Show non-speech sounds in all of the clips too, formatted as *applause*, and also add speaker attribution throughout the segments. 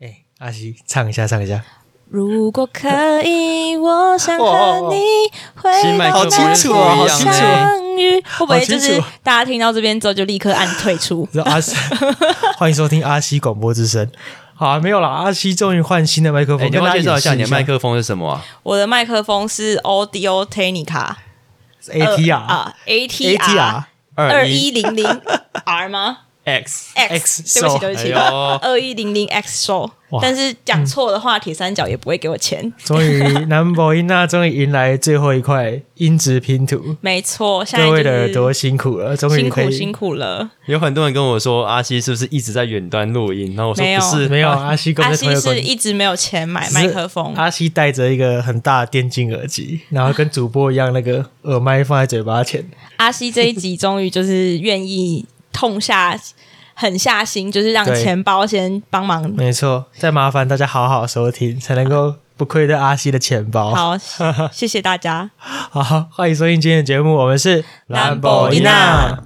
Speaker 1: 哎、阿西唱一下，唱一下，
Speaker 2: 如果可以，我想和你回
Speaker 3: 新麦
Speaker 2: 到
Speaker 3: 克风
Speaker 1: 哎好清楚哦
Speaker 3: 不一样
Speaker 1: 好清楚哦
Speaker 2: 啊
Speaker 3: 欸
Speaker 2: 相遇，会不会就
Speaker 1: 好
Speaker 2: 是
Speaker 1: 清楚
Speaker 2: 大家听到这边之后就立刻按退出？
Speaker 1: 然后阿西， *laughs* 欢迎收听阿西广播之声。好、啊，没有啦，阿西终于换新的麦克
Speaker 3: 哎
Speaker 1: 风，
Speaker 3: 你
Speaker 1: 跟
Speaker 3: 要不
Speaker 1: 大家
Speaker 3: 要介绍一下你的麦
Speaker 1: 克
Speaker 3: 克风是什么啊？
Speaker 2: 我的麦克风是 Audio Technica
Speaker 1: ATR
Speaker 2: 啊 ATR
Speaker 1: ATR
Speaker 2: 二一
Speaker 3: 一
Speaker 2: 零零 R 吗
Speaker 3: X，
Speaker 2: ？X，
Speaker 1: X
Speaker 2: 对不起，对不
Speaker 3: 哎
Speaker 2: 起，
Speaker 3: 呦，
Speaker 2: 二一零零 X 收
Speaker 1: 哇。
Speaker 2: 但是讲错的话，铁三角也不会给我钱。
Speaker 1: *laughs* 终于南博音娜终于迎来最后一块音质拼图，
Speaker 2: 没错，现在
Speaker 1: 各
Speaker 2: 就
Speaker 1: 位的耳朵
Speaker 2: 是
Speaker 1: 辛苦了，终于
Speaker 2: 辛
Speaker 1: 可
Speaker 2: 苦
Speaker 1: 以
Speaker 2: 辛苦了。
Speaker 3: 有很多人跟我说阿西是不是一直在远端录音？ *laughs* 然后我说
Speaker 2: 没有
Speaker 3: 不是，
Speaker 1: 没有阿西跟我
Speaker 2: 哦阿
Speaker 1: 在同
Speaker 2: 西
Speaker 1: 一个空
Speaker 2: 是
Speaker 1: 间
Speaker 2: 一直没有钱买麦克风，
Speaker 1: 阿西戴着一个很大的电竞耳机，然后跟主播一样，那个耳麦放在嘴巴前。
Speaker 2: 阿西这一集终于就是愿意痛下狠下心，就是让
Speaker 1: 对
Speaker 2: 钱包先帮忙。
Speaker 1: 没错，再麻烦大家好好收听，才能够不愧对阿西的钱包。
Speaker 2: 好，谢谢大家。
Speaker 1: 好，欢迎收听今天的节目，我们是
Speaker 2: 兰博伊娜。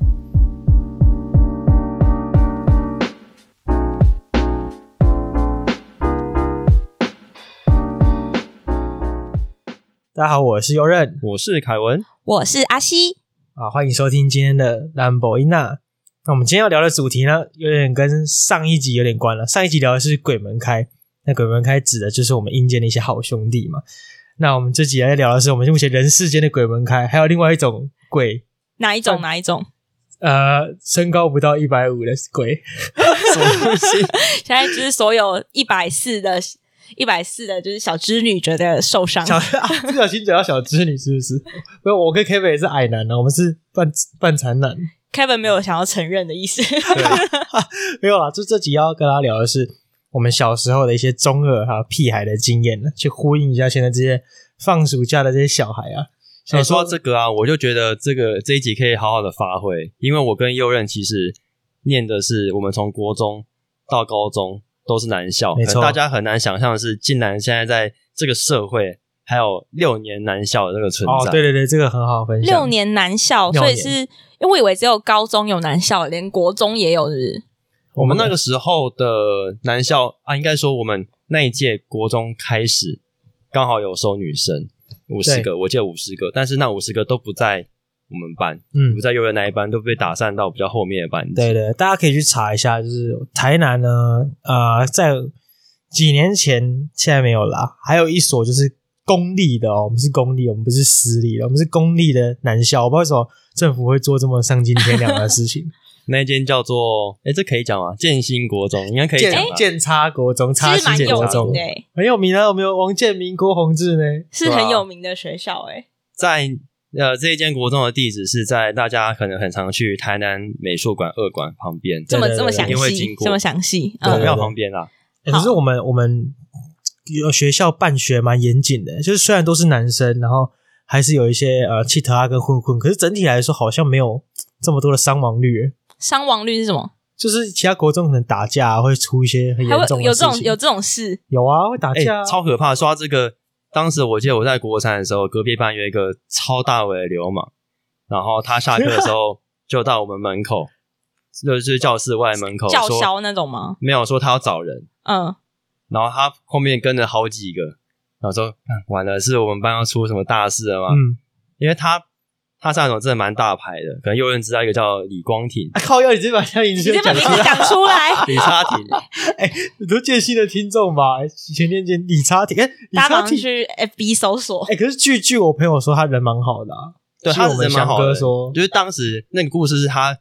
Speaker 1: 大家好，我是右任
Speaker 3: 我是 *laughs* 凯文。
Speaker 2: 我是阿西，
Speaker 1: 啊，欢迎收听今天的兰博伊娜。那我们今天要聊的主题呢，有点跟上一集有点关了。上一集聊的是鬼门开，那鬼门开指的就是我们阴间的一些好兄弟嘛。那我们这集来聊的是我们目前人世间的鬼门开，还有另外一种鬼，
Speaker 2: 哪一
Speaker 1: 嗯
Speaker 2: 种？哪一种？
Speaker 1: 呃，身高不到一百五的鬼。
Speaker 2: 现在就是所有一百四的、一百四的，就是小织女觉得受伤。
Speaker 1: 小 *laughs* 啊，不小心讲到小织女是不是？没有，我跟 Kevin 也是矮男啊，我们是半半残男。
Speaker 2: Kevin 没有想要承认
Speaker 1: *laughs*
Speaker 2: 的意思。
Speaker 1: 没有啦，就这集要跟大家聊的是我们小时候的一些中二还有屁孩的经验呢，去呼应一下现在这些放暑假的这些小孩啊。
Speaker 3: 想
Speaker 1: 小时
Speaker 3: 说
Speaker 1: 候
Speaker 3: 到这个啊，我就觉得这个这一集可以好好的发挥，因为我跟右任其实念的是我们从国中到高中都是男校，
Speaker 1: 没
Speaker 3: 可
Speaker 1: 错
Speaker 3: 能大家很难想象的是，竟然现在在这个社会还有六年男校的这个存
Speaker 1: 哦，
Speaker 3: 在。
Speaker 1: 对对对，这个很好分享。
Speaker 2: 六年男校，
Speaker 1: 六
Speaker 2: 所以
Speaker 1: 年
Speaker 2: 是因为我以为只有高中有男校，连国中也有，是不是？
Speaker 3: 我们那个时候的男校啊，应该说我们那一届国中开始刚好有收女生五十个，我记得五十个，但是那五十个都不在我们班，
Speaker 1: 嗯
Speaker 3: 不，在右任那一班，都被打散到比较后面的班级。
Speaker 1: 对对，大家可以去查一下，就是台南呢，呃，在几年前现在没有啦，还有一所就是公立的哦，我们是公立，我们不是私立的，我们是公立的男校，我不知道为什么政府会做这么丧尽天良的事情。
Speaker 3: 那一间叫做，哎，这可以讲吗？建新国中应该 *laughs* 可以讲
Speaker 1: 建
Speaker 3: 吧？
Speaker 1: 建差国中，差
Speaker 2: 哎其实
Speaker 1: 西
Speaker 2: 蛮
Speaker 1: 建
Speaker 2: 有
Speaker 1: 国
Speaker 2: 名
Speaker 1: 中
Speaker 2: 的、，欸，
Speaker 1: 很有名啊，有没有？王建民、郭宏志呢？
Speaker 2: 是
Speaker 3: 对
Speaker 2: 很
Speaker 3: 啊
Speaker 2: 有名的学校、欸，哎、
Speaker 3: 在呃这一间国中的地址是在大家可能很常去台南美术馆二馆旁边，
Speaker 2: 这么
Speaker 1: 对对
Speaker 2: 这么
Speaker 1: 对
Speaker 2: 详
Speaker 3: 一定会
Speaker 2: 细
Speaker 3: 经，过
Speaker 2: 这么详细，
Speaker 3: 孔
Speaker 2: 嗯
Speaker 1: 对，
Speaker 3: 庙旁边啦。
Speaker 1: 欸可
Speaker 2: 好
Speaker 1: 是我们我们有学校办学蛮严谨的，就是虽然都是男生，然后还是有一些呃气头啊跟混混，可是整体来说好像没有这么多的伤亡率。
Speaker 2: 伤亡率是什么？
Speaker 1: 就是其他国中可能打架、啊、会出一些很
Speaker 2: 还
Speaker 1: 严重
Speaker 2: 会
Speaker 1: 的
Speaker 2: 有
Speaker 1: 事
Speaker 2: 这
Speaker 1: 情，
Speaker 2: 种有欸这种事？
Speaker 1: 有啊，会打
Speaker 3: 哎、
Speaker 2: 哦
Speaker 1: 架、啊
Speaker 3: 超可怕！说到这个，当时我记得我在国三的时候，隔壁班有一个超大尾的流氓，然后他下课的
Speaker 2: *laughs*
Speaker 3: 时候就到我们门口，就是教室外门口
Speaker 2: 叫
Speaker 3: 说
Speaker 2: 嚣那种吗？
Speaker 3: 没有说他要找人，
Speaker 2: 嗯，
Speaker 3: 然后他后面跟着好几个，然后说看完了是我们班要出什么大事了吗？
Speaker 1: 嗯，
Speaker 3: 因为他他上一种真的蛮大牌的，可能有人知道一个叫李光廷、
Speaker 1: 啊靠！要你直接把他名
Speaker 2: 你
Speaker 1: 字
Speaker 2: 这
Speaker 1: 就
Speaker 2: 把
Speaker 1: 讲
Speaker 2: 名
Speaker 1: 出
Speaker 2: 字
Speaker 1: 来，
Speaker 2: 讲
Speaker 1: *laughs*
Speaker 2: 出来，
Speaker 3: 李沙廷，
Speaker 1: 你都见新的听众吧？以前念见理查廷，哎、理
Speaker 2: 大家
Speaker 1: 查
Speaker 2: 马上
Speaker 1: 廷，
Speaker 2: 去 FB 搜索。
Speaker 1: 哎、可是据据我朋友说，他人蛮好的、啊，
Speaker 3: 对，
Speaker 1: 据
Speaker 3: 他
Speaker 1: 我
Speaker 3: 是
Speaker 1: 们
Speaker 3: 人
Speaker 1: 翔
Speaker 3: 蛮好
Speaker 1: 哥
Speaker 3: 的。
Speaker 1: 说，
Speaker 3: 就是当时那个故事是他，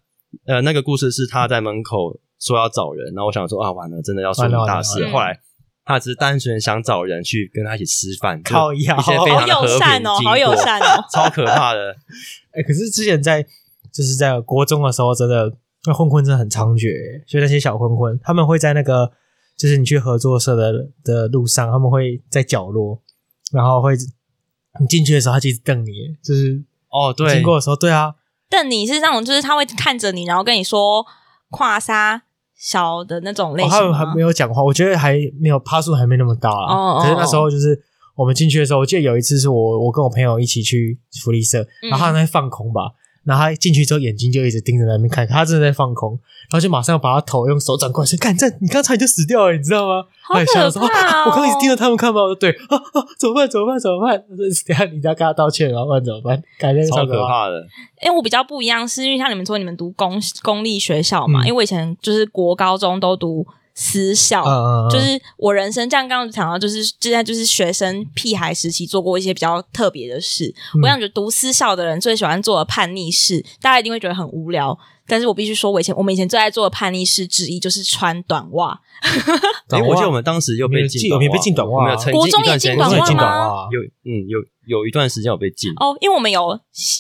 Speaker 3: 呃，那个故事是他在门口说要找人，然后我想说啊，完了，真的要出什么大事
Speaker 2: 完了完
Speaker 3: 了。
Speaker 2: 了
Speaker 3: 后来他只是单纯想找人去跟他一起吃饭，就
Speaker 1: 靠腰
Speaker 3: 一些非
Speaker 2: 好
Speaker 3: 常的和
Speaker 2: 友
Speaker 3: 平
Speaker 2: 善哦，
Speaker 3: 经
Speaker 2: 好友
Speaker 3: 过，，
Speaker 2: 善哦
Speaker 3: 超可怕的。
Speaker 1: 哎、可是之前在就是在国中的时候，真的那混混真的很猖獗，欸所以那些小混混他们会在那个就是你去合作社的的路上，他们会在角落，然后会你进去的时候，他就一直瞪你，欸就是
Speaker 3: 哦，对，
Speaker 1: 经过的时候，对啊，
Speaker 2: 但你是那种，就是他会看着你，然后跟你说跨沙小的那种类
Speaker 1: 哦、他
Speaker 2: 型
Speaker 1: 们
Speaker 2: 吗
Speaker 1: 还没有讲话，我觉得还没有趴数还没那么大啦。
Speaker 2: 哦哦
Speaker 1: 可是那时候就是
Speaker 2: 嗯
Speaker 1: 我们进去的时候，我记得有一次是我我跟我朋友一起去福利社，然后他们在放空吧，然后他进去之后眼睛就一直盯着那边看，他真的在放空，然后就马上把他头用手掌过来说：“看这，你刚才你就死掉了，你知道吗？”
Speaker 2: 好
Speaker 1: 他也吓到说
Speaker 2: 可怕
Speaker 1: 啊
Speaker 2: 哦
Speaker 1: 我刚刚一直盯着他们看吗？我说：“对啊啊，怎么办？怎么办？怎么办？” *laughs* 我说等一下你要跟他道歉，然后不然怎么办？改天
Speaker 3: 超
Speaker 1: 超
Speaker 3: 可
Speaker 1: 怕。
Speaker 3: 怕的。
Speaker 2: 因为我比较不一样，是因为像你们说你们读公公立学校嘛，
Speaker 1: 嗯
Speaker 2: 因为我以前就是国高中都读私校，
Speaker 1: 嗯嗯，嗯
Speaker 2: 就是我人生这样刚刚讲到，就是现在就是学生屁孩时期做过一些比较特别的事。
Speaker 1: 嗯
Speaker 2: 我想觉得读私校的人最喜欢做的叛逆事，大家一定会觉得很无聊。但是我必须说，我以前我们以前最爱做的叛逆事之一就是穿短袜。
Speaker 1: 短
Speaker 3: 哎，
Speaker 1: 袜
Speaker 3: 我记得我们当时又
Speaker 1: 我们有
Speaker 3: 被
Speaker 1: 禁
Speaker 3: 禁，
Speaker 1: 我们也被禁短袜啊
Speaker 3: 我们有曾
Speaker 2: 国
Speaker 3: 经
Speaker 2: 中
Speaker 3: 一段
Speaker 2: 也
Speaker 3: 时间
Speaker 2: 禁短
Speaker 1: 你
Speaker 2: 袜
Speaker 1: 有进短
Speaker 2: 吗
Speaker 1: 袜啊
Speaker 3: 有嗯有有一段时间有被禁，
Speaker 2: 哦，因为我们有，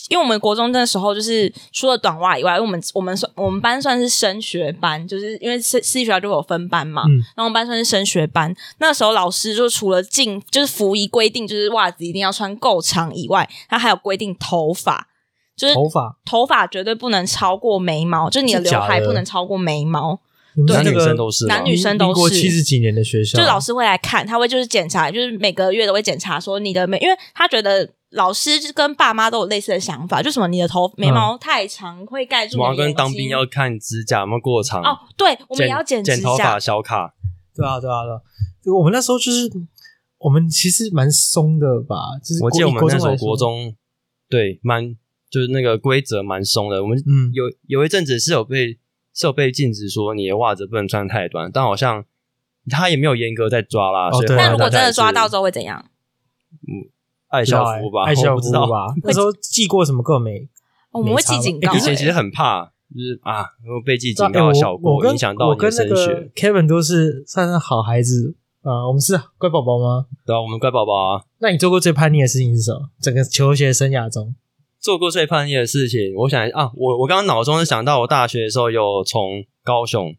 Speaker 2: 因为我们国中那时候就是除了短袜以外，因为我们我们算我们班算是升学班，就是因为私私立学校就有分班嘛，
Speaker 1: 嗯
Speaker 2: 然后我们班算是升学班。那时候老师就除了进就是服仪规定，就是袜子一定要穿够长以外，他还有规定头发，就是
Speaker 1: 头发，
Speaker 2: 头发绝对不能超过眉毛，就是你的
Speaker 1: 是
Speaker 2: 刘
Speaker 1: 假
Speaker 2: 海
Speaker 1: 的
Speaker 2: 不能超过眉毛。
Speaker 1: 你们
Speaker 3: 男
Speaker 1: 是
Speaker 3: 女
Speaker 1: 那个
Speaker 3: 生都是吗
Speaker 2: 男女生都
Speaker 1: 民国
Speaker 2: 是
Speaker 1: 七十几年的学校，
Speaker 2: 就老师会来看，他会就是检查，就是每个月都会检查说你的眉，因为他觉得老师就跟爸妈都有类似的想法，就什么你的头眉毛太长会盖住你
Speaker 3: 我
Speaker 2: 的
Speaker 3: 要
Speaker 2: 眼睛。
Speaker 3: 跟当兵要看指甲有没有过长
Speaker 2: 哦，对，我们也要
Speaker 3: 剪
Speaker 2: 指
Speaker 3: 头
Speaker 2: 甲
Speaker 3: 发，小卡，
Speaker 1: 对啊，对啊，对啊。这个我们那时候就是，我们其实蛮松的吧，就是
Speaker 3: 我记得我
Speaker 1: 国
Speaker 3: 们那时候国，
Speaker 1: 以
Speaker 3: 中对蛮就是那个规则蛮松的，我们
Speaker 1: 来说嗯，
Speaker 3: 有有一阵子是有被是有被禁止说你的袜子不能穿太短，但好像他也没有严格在抓啦。
Speaker 1: 哦
Speaker 3: 所以
Speaker 1: 对啊
Speaker 2: 那如果真的抓到
Speaker 3: 之
Speaker 2: 之
Speaker 3: 后，
Speaker 2: 后会怎样？
Speaker 3: 爱
Speaker 1: 不知道
Speaker 3: 校
Speaker 1: 欸
Speaker 3: 服吧，
Speaker 1: 爱
Speaker 3: 我
Speaker 1: 校
Speaker 3: 不
Speaker 1: 服
Speaker 3: 知道。
Speaker 1: 吧。那时候记过什么课没？
Speaker 2: 哦我们会记警
Speaker 3: 欸
Speaker 2: 告、
Speaker 3: 以前
Speaker 2: 欸
Speaker 3: 其实很怕，就是啊，如果被 *laughs* 记
Speaker 1: 哎对啊
Speaker 3: 警告的
Speaker 1: 欸
Speaker 3: 效
Speaker 1: 我我
Speaker 3: 果
Speaker 1: 跟
Speaker 3: 影响到
Speaker 1: 我
Speaker 3: 你的
Speaker 1: 跟那
Speaker 3: 升
Speaker 1: 个
Speaker 3: 学。
Speaker 1: Kevin 都是算是好孩子啊，我们是乖宝宝吗？
Speaker 3: 对啊，我们乖宝宝啊，
Speaker 1: 那你做过最叛逆的事情是什么？整个求学生涯中，
Speaker 3: 做过最叛逆的事情，我想啊，我我刚刚脑中是想到我大学的时候有从高雄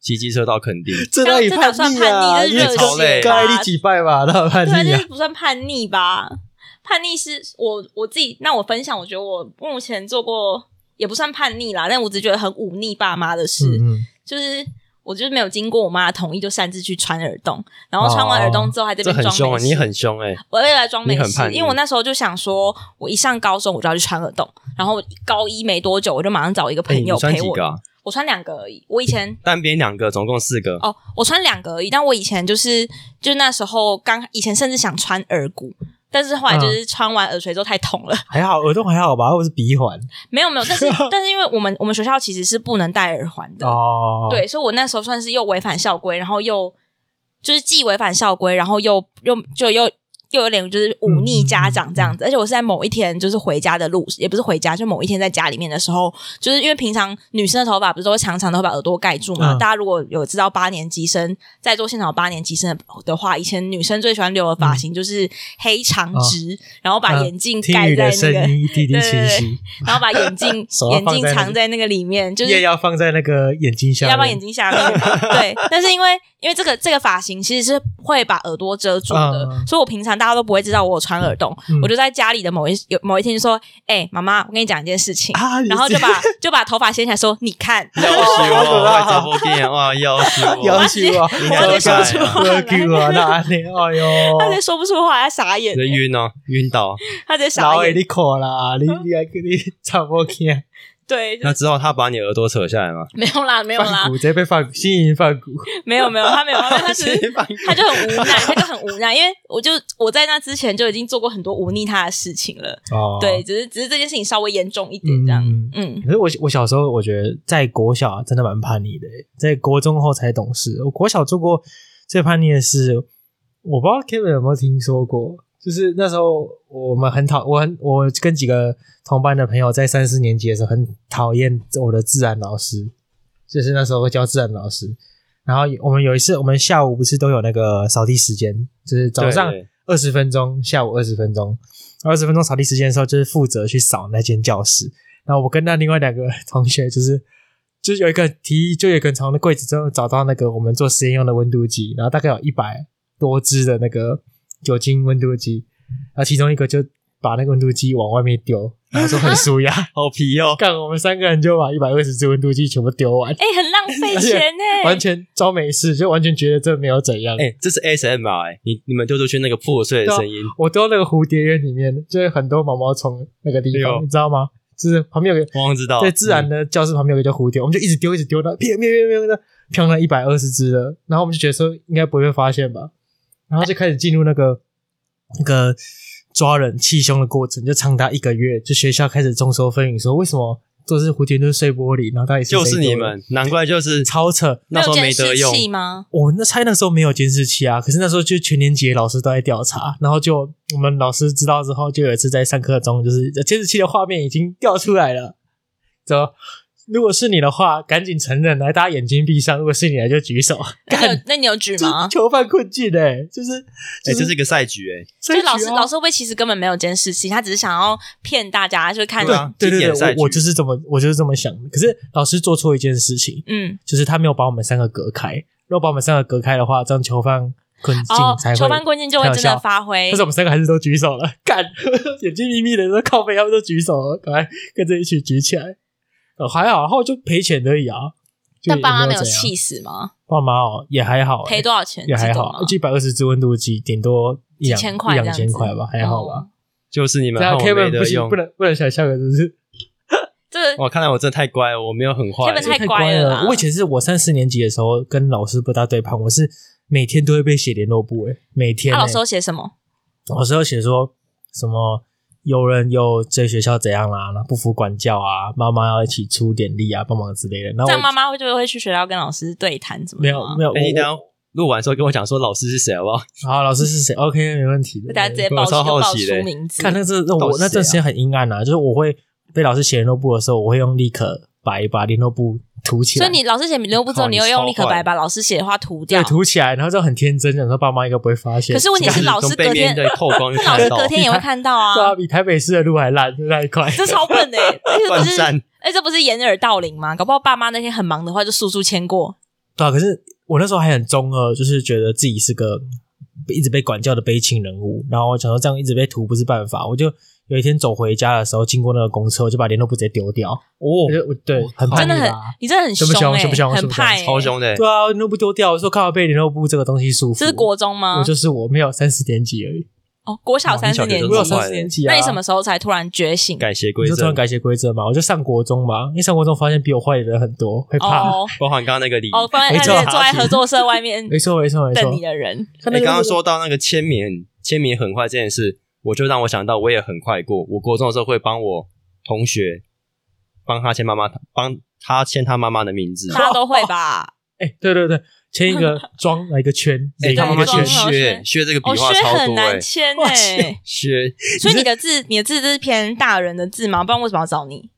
Speaker 3: 骑机车到垦丁，
Speaker 1: 这
Speaker 2: 样
Speaker 1: 哪里
Speaker 2: 这哪算
Speaker 1: 逆
Speaker 2: 叛
Speaker 1: 啊？
Speaker 2: 逆这
Speaker 1: 你
Speaker 2: 是
Speaker 3: 热血吧
Speaker 1: 该你几拜吧，那叛
Speaker 2: 对啊，
Speaker 1: 逆
Speaker 2: 这
Speaker 1: 啊
Speaker 2: 是。不算叛逆吧？叛逆是我我自己，那我分享，我觉得我目前做过也不算叛逆啦，但我只觉得很忤逆爸妈的事。
Speaker 1: 嗯嗯，
Speaker 2: 就是我就是没有经过我妈的同意就擅自去穿耳洞，然后穿完耳洞之后还在
Speaker 3: 这
Speaker 2: 这边
Speaker 3: 很
Speaker 2: 装
Speaker 3: 凶啊，
Speaker 2: 没事。
Speaker 3: 你很凶哎、
Speaker 2: 我也来装没
Speaker 3: 你很
Speaker 2: 事
Speaker 3: 叛，逆
Speaker 2: 因为我那时候就想说，我一上高中我就要去穿耳洞，然后高一没多久我就马上找
Speaker 1: 哎
Speaker 2: 一个
Speaker 3: 欸
Speaker 2: 朋友
Speaker 3: 你穿
Speaker 2: 陪
Speaker 3: 几
Speaker 2: 我，
Speaker 3: 个、啊？
Speaker 2: 我穿两个而已。我以前
Speaker 3: 单边两个，总共四个。
Speaker 2: 哦，我穿两个而已，但我以前就是就那时候刚以前甚至想穿耳骨。但是后
Speaker 3: 嗯
Speaker 2: 来就是穿完耳垂之后太痛了，
Speaker 1: 还好耳洞还好吧，或者是鼻环
Speaker 2: 没有没有，但
Speaker 3: *laughs*
Speaker 2: 是但是因为我们我们学校其实是不能戴耳环的，
Speaker 1: 哦，
Speaker 2: 对，所以我那时候算是又违反校规，然后又就是既违反校规，然后又又就又又有点就是忤
Speaker 1: 嗯
Speaker 2: 逆家长这样子。而且我是在某一天就是回家的路，也不是回家，就某一天在家里面的时候，就是因为平常女生的头发不是都会长长的会把耳朵盖住嘛？
Speaker 1: 嗯
Speaker 2: 大家如果有知道八年级生在做现场有八年级生的的话，以前女生最喜欢留的发型就是黑长
Speaker 1: 嗯哦
Speaker 2: 直，然后把
Speaker 1: 嗯
Speaker 2: 眼镜
Speaker 1: 听
Speaker 2: 盖
Speaker 1: 雨
Speaker 2: 在
Speaker 1: 的
Speaker 2: 那个，
Speaker 1: 声音一滴滴
Speaker 2: 对对
Speaker 1: 清
Speaker 2: 对
Speaker 1: 晰，
Speaker 2: 然后把眼
Speaker 1: *laughs*
Speaker 2: 镜
Speaker 1: 手要
Speaker 2: 眼
Speaker 1: 放
Speaker 2: 镜
Speaker 1: 在那
Speaker 2: 藏
Speaker 1: 里
Speaker 2: 在那个里面，就是
Speaker 1: 夜要放在那个眼睛下面，
Speaker 2: 要放眼睛
Speaker 1: *laughs*
Speaker 2: 下面。对，但是因为因为这个这个发型其实是会把耳朵遮住的，
Speaker 1: 嗯
Speaker 2: 所以我平常大家都不会知道我有穿耳洞。
Speaker 1: 嗯
Speaker 2: 我就在家里的某一有某一天就说：“哎、妈妈，我跟你讲一件事情。
Speaker 1: 啊，
Speaker 2: *laughs* 然后就把就把头发掀起来说：“你看，
Speaker 3: 要死
Speaker 2: *laughs*
Speaker 1: 好可
Speaker 3: 我！
Speaker 1: 怕
Speaker 3: 外头破电哇，要死我！
Speaker 1: 要死我，
Speaker 3: 我直接说出
Speaker 2: 话来
Speaker 1: 我啊，那安尼，哎
Speaker 2: *laughs* 他直接
Speaker 1: 呦，
Speaker 2: 说不出话，他傻眼，
Speaker 3: 人晕哦，晕倒。
Speaker 2: 他直接
Speaker 1: 老
Speaker 2: 傻
Speaker 1: 诶，
Speaker 2: 眼。
Speaker 1: 你看啦，你你还你 *laughs* 差不听，
Speaker 2: 对，
Speaker 1: *laughs*
Speaker 2: 就
Speaker 3: 那之后他把你耳朵扯下来吗？
Speaker 2: 没有啦，没有
Speaker 1: 放
Speaker 2: 啦
Speaker 1: 骨，直接被放新颖放骨，
Speaker 2: 没有没有，他没
Speaker 1: *laughs*
Speaker 2: 有，他只是
Speaker 3: 放
Speaker 2: 他就很无奈，他就很无奈，因为我就我在那之前就已经做过很多忤逆他的事情了。
Speaker 1: 哦
Speaker 2: 对，。只是只是这件事情稍微严重一点这样。
Speaker 1: 嗯
Speaker 2: 嗯
Speaker 1: 可是我我小时候，我觉得在国小啊真的蛮叛逆的欸，在国中后才懂事。我国小做过最叛逆的事，我不知道 Kevin 有没有听说过，就是那时候我们很讨，我很我跟几个同班的朋友在三四年级的时候很讨厌我的自然老师，就是那时候会教自然老师。然后我们有一次，我们下午不是都有那个扫地时间，就是早上
Speaker 3: 对对
Speaker 1: 二十分钟，下午二十分钟，二十分钟扫地时间的时候，就是负责去扫那间教室。然后我跟那另外两个 *laughs* 同学，就是就是有一个提议，就有一个人从那柜子中找到那个我们做实验用的温度计，然后大概有一百多支的那个酒精温度计，然后其中一个就把那个温度计往外面丢，然后说很舒压。 *laughs*
Speaker 3: 好皮
Speaker 2: *laughs*
Speaker 3: 哦。
Speaker 1: 干，我们三个人就把一百二十支温度计全部丢完，
Speaker 2: 哎、很浪费
Speaker 1: *laughs* 而且
Speaker 2: 钱欸呢、
Speaker 1: 完全装没事，就完全觉得这没有怎样。
Speaker 3: 哎，这是 ASMR，哎你你们丢出去
Speaker 2: *laughs*
Speaker 3: 那个破碎的声音，
Speaker 1: 我丢那个蝴蝶园里面，就是很多毛毛虫那个地
Speaker 3: 哎
Speaker 1: 方，
Speaker 3: 呦
Speaker 1: 你知道吗？就是旁边有个
Speaker 3: 我忘知道，
Speaker 1: 对自然
Speaker 3: 嗯
Speaker 1: 的教室旁边有个叫蝴蝶，我们就一直丢，一直丢，到飘飘飘飘飘，飘了一百二十只了。然后我们就觉得说应该不会被发现吧，然后就开始进入那个那个抓人气胸的过程，就长达一个月。就学校开始众说纷纭，说为什么都是蝴蝶都是碎玻璃，然后到底是谁
Speaker 3: 就
Speaker 1: 丢
Speaker 3: 是你
Speaker 1: 的，
Speaker 3: 们，难怪就是
Speaker 1: 超扯。
Speaker 3: 那时候
Speaker 2: 监
Speaker 3: 没
Speaker 2: 视
Speaker 3: 得用，
Speaker 2: 器吗？
Speaker 1: 我哦那猜那时候没有监视器啊，可是那时候就全年级的老师都在调查，然后就我们老师知道之后，就有一次在上课中，就是呃监视器的画面已经调出来了，走。如果是你的话，赶紧承认来，大家眼睛闭上。如果是你的，就举手。
Speaker 2: 那你有那你有举
Speaker 1: 这
Speaker 2: 吗？
Speaker 1: 囚犯困境哎、就是
Speaker 3: 哎，
Speaker 1: 就
Speaker 3: 这
Speaker 1: 是
Speaker 3: 是一个赛局哎，
Speaker 2: 就
Speaker 1: 所以
Speaker 2: 是老师老
Speaker 1: 师
Speaker 2: 师会不会其实根本没有监视器，他只是想要骗大家，就看
Speaker 3: 对啊
Speaker 1: 对对
Speaker 3: 经典赛
Speaker 1: 对，
Speaker 3: 局
Speaker 1: 我我就是这么我就是这么想的。可是老师做错一件事情，
Speaker 2: 嗯
Speaker 1: 就是他没有把我们三个隔开。如果把我们三个隔开的话，这样囚犯困境
Speaker 2: 哦
Speaker 1: 才，会、
Speaker 2: 囚犯关键就会真的发挥
Speaker 1: 但是。我们三个还是都举手了， *laughs* 干，眼睛眯眯的，说靠背，他们都举手了，赶快跟着一起举起来。呃，还好，然后就赔钱而已啊。就
Speaker 2: 但爸妈
Speaker 1: 也
Speaker 2: 没
Speaker 1: 没
Speaker 2: 有
Speaker 1: 怎样，
Speaker 2: 气死吗？
Speaker 1: 爸妈哦也还好、
Speaker 2: 赔多少钱？
Speaker 1: 也还
Speaker 2: 记得
Speaker 1: 好啊
Speaker 2: 吗，
Speaker 1: 就一百二十支温度计，顶多一两
Speaker 2: 几千
Speaker 1: 一
Speaker 2: 块这样
Speaker 1: 两
Speaker 2: 子
Speaker 1: 千块吧，还好吧
Speaker 2: 哦。
Speaker 3: 就是你们
Speaker 1: 对啊
Speaker 3: 让我没
Speaker 1: ，Kevin 不
Speaker 3: 得
Speaker 1: 行，
Speaker 3: 用
Speaker 1: 不。能不能想象的，真是
Speaker 2: 这个
Speaker 1: 哦
Speaker 3: 哇，看来我真的太乖了，我没有很坏
Speaker 2: Kevin 太
Speaker 1: 太
Speaker 2: 乖
Speaker 1: 乖
Speaker 2: 了啦
Speaker 1: 我以前是我三四年级的时候跟老师不大对盘，我是每天都会被写联络簿、欸，每天、
Speaker 2: 他
Speaker 1: 欸。
Speaker 2: 啊老师有写什么？
Speaker 1: 老师有写说什么有人又对学校怎样啦、那不服管教啊，妈妈要一起出点力啊，帮忙之类的。然
Speaker 2: 这
Speaker 1: 后
Speaker 2: 样
Speaker 1: 我
Speaker 2: 妈妈会就会去学校跟老师对谈怎么
Speaker 1: 没
Speaker 2: 的
Speaker 1: 有
Speaker 2: 吗
Speaker 1: 没有，
Speaker 3: 哎，你等一
Speaker 1: 我
Speaker 3: 下录完之后跟我讲说老师是谁好不好？
Speaker 1: 我好，老师是谁？OK，没问题的。
Speaker 2: 大家直接
Speaker 1: 对
Speaker 2: 报
Speaker 3: 我
Speaker 2: 出
Speaker 3: 超好
Speaker 2: 报
Speaker 3: 奇的
Speaker 2: 出名字
Speaker 1: 看，那这那
Speaker 3: 到
Speaker 1: 我
Speaker 3: 底是谁啊
Speaker 1: 那段时间很阴暗啊，就是我会被老师写联络簿的时候，我会用立可白把联络簿涂起
Speaker 2: 所
Speaker 1: 来。
Speaker 2: 以你老师写留不之后，
Speaker 3: 靠
Speaker 2: 你
Speaker 3: 你
Speaker 2: 又用立可
Speaker 3: 超坏
Speaker 2: 白把老师写的话涂掉
Speaker 1: 对，。涂起来，然后就很天真，想说爸妈应该不会发现。
Speaker 2: 可是 *laughs* 问题是
Speaker 1: 干
Speaker 2: 老师
Speaker 3: 从背
Speaker 2: 隔天
Speaker 3: 面在透光就
Speaker 2: 但 *laughs* 老
Speaker 3: 看得
Speaker 2: 师
Speaker 3: 到
Speaker 1: *laughs*
Speaker 2: 隔，天也会看到
Speaker 1: 对啊，
Speaker 2: 啊，
Speaker 1: 比台北市的路还烂，就那一块。
Speaker 2: 这超笨的欸，而且不
Speaker 1: *laughs*
Speaker 3: 断
Speaker 2: 是，
Speaker 3: 战
Speaker 2: 哎，这不是掩耳盗铃吗？搞不好爸妈那天很忙的话，就速速签过。
Speaker 1: 对啊，可是我那时候还很中二，就是觉得自己是个一直被管教的悲情人物，然后我想说这样一直被屠不是办法，我就有一天走回家的时候，经过那个公车，我就把联络簿直接丢掉。
Speaker 3: 哦
Speaker 1: 我就我对
Speaker 3: 哇，
Speaker 1: 很叛
Speaker 2: 真
Speaker 1: 逆
Speaker 2: 的很
Speaker 1: 吧？，
Speaker 2: 你真的很
Speaker 1: 啊凶不凶
Speaker 2: 哎
Speaker 1: 凶不凶，
Speaker 2: 很
Speaker 1: 凶不
Speaker 2: 派欸，
Speaker 3: 超凶的欸，
Speaker 1: 对啊，联络簿丢掉，我说靠，被联络簿这个东西束缚。
Speaker 2: 这是国中吗？
Speaker 1: 我就是我，没有三四年级而已，
Speaker 2: 哦，国小
Speaker 3: 哇
Speaker 2: 三
Speaker 3: 你小
Speaker 2: 四
Speaker 3: 学
Speaker 2: 年
Speaker 3: 就
Speaker 1: 我有
Speaker 3: 这
Speaker 1: 三
Speaker 3: 么坏
Speaker 2: 级。
Speaker 1: 四
Speaker 3: 了
Speaker 1: 年级啊。
Speaker 2: 那你什么？时候才突然觉醒？
Speaker 3: 改邪
Speaker 1: 你
Speaker 3: 归
Speaker 1: 就突然
Speaker 3: 正，
Speaker 1: 改邪归正嘛？我就上国中嘛，因为上国中发现比我坏的人很多，会怕。
Speaker 2: 哦
Speaker 3: 包含刚刚那个礼仪。
Speaker 2: 哦，关键
Speaker 1: 没错
Speaker 2: 他就是坐在合作社外面
Speaker 1: 没错，没错，没错
Speaker 2: 等。你啊的人。
Speaker 1: 他
Speaker 3: 你
Speaker 1: 那个
Speaker 3: 哎刚刚说到那个签名，签名很快这件事，我就让我想到，我也很快过。我国中的时候会帮我同学帮他签妈妈，帮他签他妈妈的名字。哎
Speaker 2: 大家都会吧？
Speaker 1: 哎、对对对，签一个 *laughs* 庄，来一个圈，
Speaker 3: 哎、
Speaker 1: 每
Speaker 3: 他
Speaker 1: 个
Speaker 3: 妈
Speaker 1: 一
Speaker 3: 妈
Speaker 1: 个
Speaker 2: 装
Speaker 3: 签
Speaker 1: 圈。
Speaker 2: 哦
Speaker 3: 薛
Speaker 2: 薛
Speaker 3: 薛这个笔
Speaker 2: 哦，
Speaker 3: 画
Speaker 2: 薛
Speaker 3: 超
Speaker 2: 很
Speaker 3: 多哎、
Speaker 2: 难
Speaker 3: 欸，
Speaker 2: 签
Speaker 1: 哇
Speaker 2: 哎，
Speaker 3: *laughs* 薛
Speaker 2: 所以你的字，你的字是偏大人的字吗？不然为什么要找你？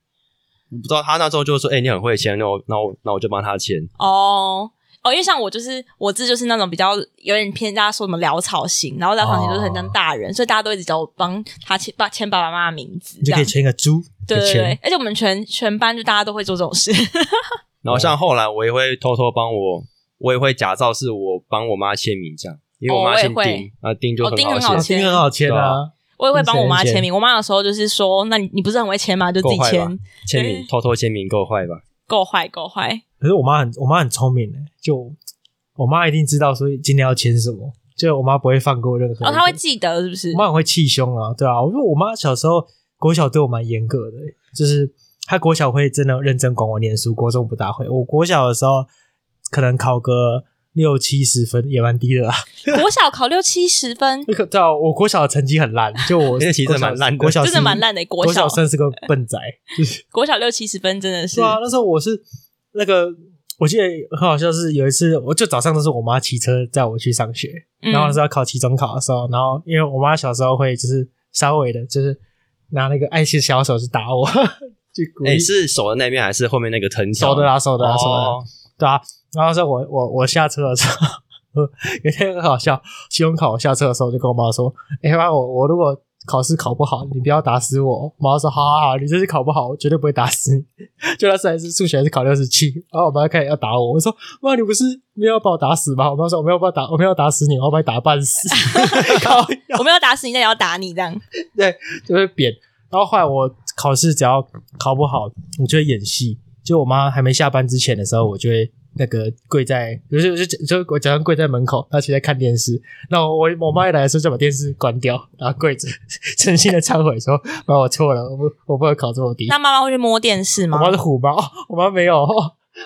Speaker 3: 不知道他那时候就说，哎、你很会签，那我那我那我就帮他签。
Speaker 2: 哦哦，因为像我就是我字就是那种比较有点偏大家说什么潦草型，然后潦草型就是很像大人，所以大家都一直叫我帮他签爸签爸爸妈妈的名字，
Speaker 1: 你
Speaker 2: 这
Speaker 1: 就可
Speaker 2: 样
Speaker 1: 以签一个猪，
Speaker 2: 对
Speaker 1: 一个
Speaker 2: 对
Speaker 1: 圈
Speaker 2: 对，而且我们全全班就大家都会做这种事，
Speaker 3: 然后
Speaker 2: 哦
Speaker 3: 像后来我也会偷偷帮我，我也会假造是我帮我妈签名这样，因为
Speaker 2: 哦
Speaker 3: 我妈
Speaker 2: 我也
Speaker 3: 姓
Speaker 2: 会
Speaker 3: 丁，啊、丁就
Speaker 2: 哦
Speaker 3: 很
Speaker 2: 丁
Speaker 3: 好
Speaker 2: 很好
Speaker 3: 签
Speaker 1: 啊，
Speaker 2: 签
Speaker 1: 丁很好签啊，
Speaker 2: 我也会帮我妈
Speaker 1: 谁
Speaker 2: 签名。我妈有时候就是说，那你你不是很会签吗？就自己
Speaker 3: 够坏吧
Speaker 2: 签，
Speaker 3: 签名
Speaker 2: 对
Speaker 3: 偷偷签名够坏吧？
Speaker 2: 够坏够坏。
Speaker 1: 可是我妈很，我妈很聪明的，就我妈一定知道，所以今天要签什么，就我妈不会放过任何一个。
Speaker 2: 哦，她会记得是不是
Speaker 1: 我？妈很会气胸啊，对啊，我说我妈小时候国小对我蛮严格的，就是她国小会真的认真管我念书，国中不大会。我国小的时候可能考个六七十分也蛮低的啦， *laughs*
Speaker 2: 国小考六七十分，
Speaker 1: 那个对啊，我国小的成绩很烂，就我
Speaker 3: *laughs* 那其实
Speaker 1: 国小
Speaker 3: 蛮烂的
Speaker 1: 国小
Speaker 2: 真的
Speaker 1: 是
Speaker 2: 蛮烂的欸国
Speaker 1: 国
Speaker 2: 小
Speaker 1: 小算是个笨仔，就是
Speaker 2: 国小六七十分真的是
Speaker 1: 对啊，那时候我是那个，我记得很好笑，是有一次，我就早上都是我妈骑车载我去上学，
Speaker 2: 嗯
Speaker 1: 然后那时候要考期中考的时候，然后因为我妈小时候会就是稍微的，就是拿那个爱心小手去打我， *laughs* 就鼓
Speaker 3: 哎、
Speaker 1: 励
Speaker 3: 是手的那边还是后面那个藤条？
Speaker 1: 手的啦，手的啦，手的啦
Speaker 3: 哦，
Speaker 1: 对啊。然后说我我我下车的时候，我有一天很好笑，期中考我下车的时候就跟我妈说：“哎、妈，我我如果考试考不好，你不要打死我。”我妈说：“好好好，你这次考不好，我绝对不会打死你。”就那次还是数学还是考六十七，然后我妈开始要打我，我说：“妈，你不是没有要把我打死吗？”我妈说：“我没有把我打，我没有打死你，我要把你打半死。”靠腰
Speaker 2: 我没有打死你，但也要打你这样。
Speaker 1: 就会扁。然后后来我考试只要考不好，我就会演戏。就我妈还没下班之前的时候，我就会那个跪在，就是就是就我假装跪在门口，他其实在看电视。那我我妈一来的时候就把电视关掉，然后跪着，诚心的忏悔说：“妈，我错了，我不我不能考这么低。
Speaker 2: 那”妈妈会去摸电视
Speaker 1: 我
Speaker 2: 吗？
Speaker 1: 妈是虎妈，哦我妈没有，哦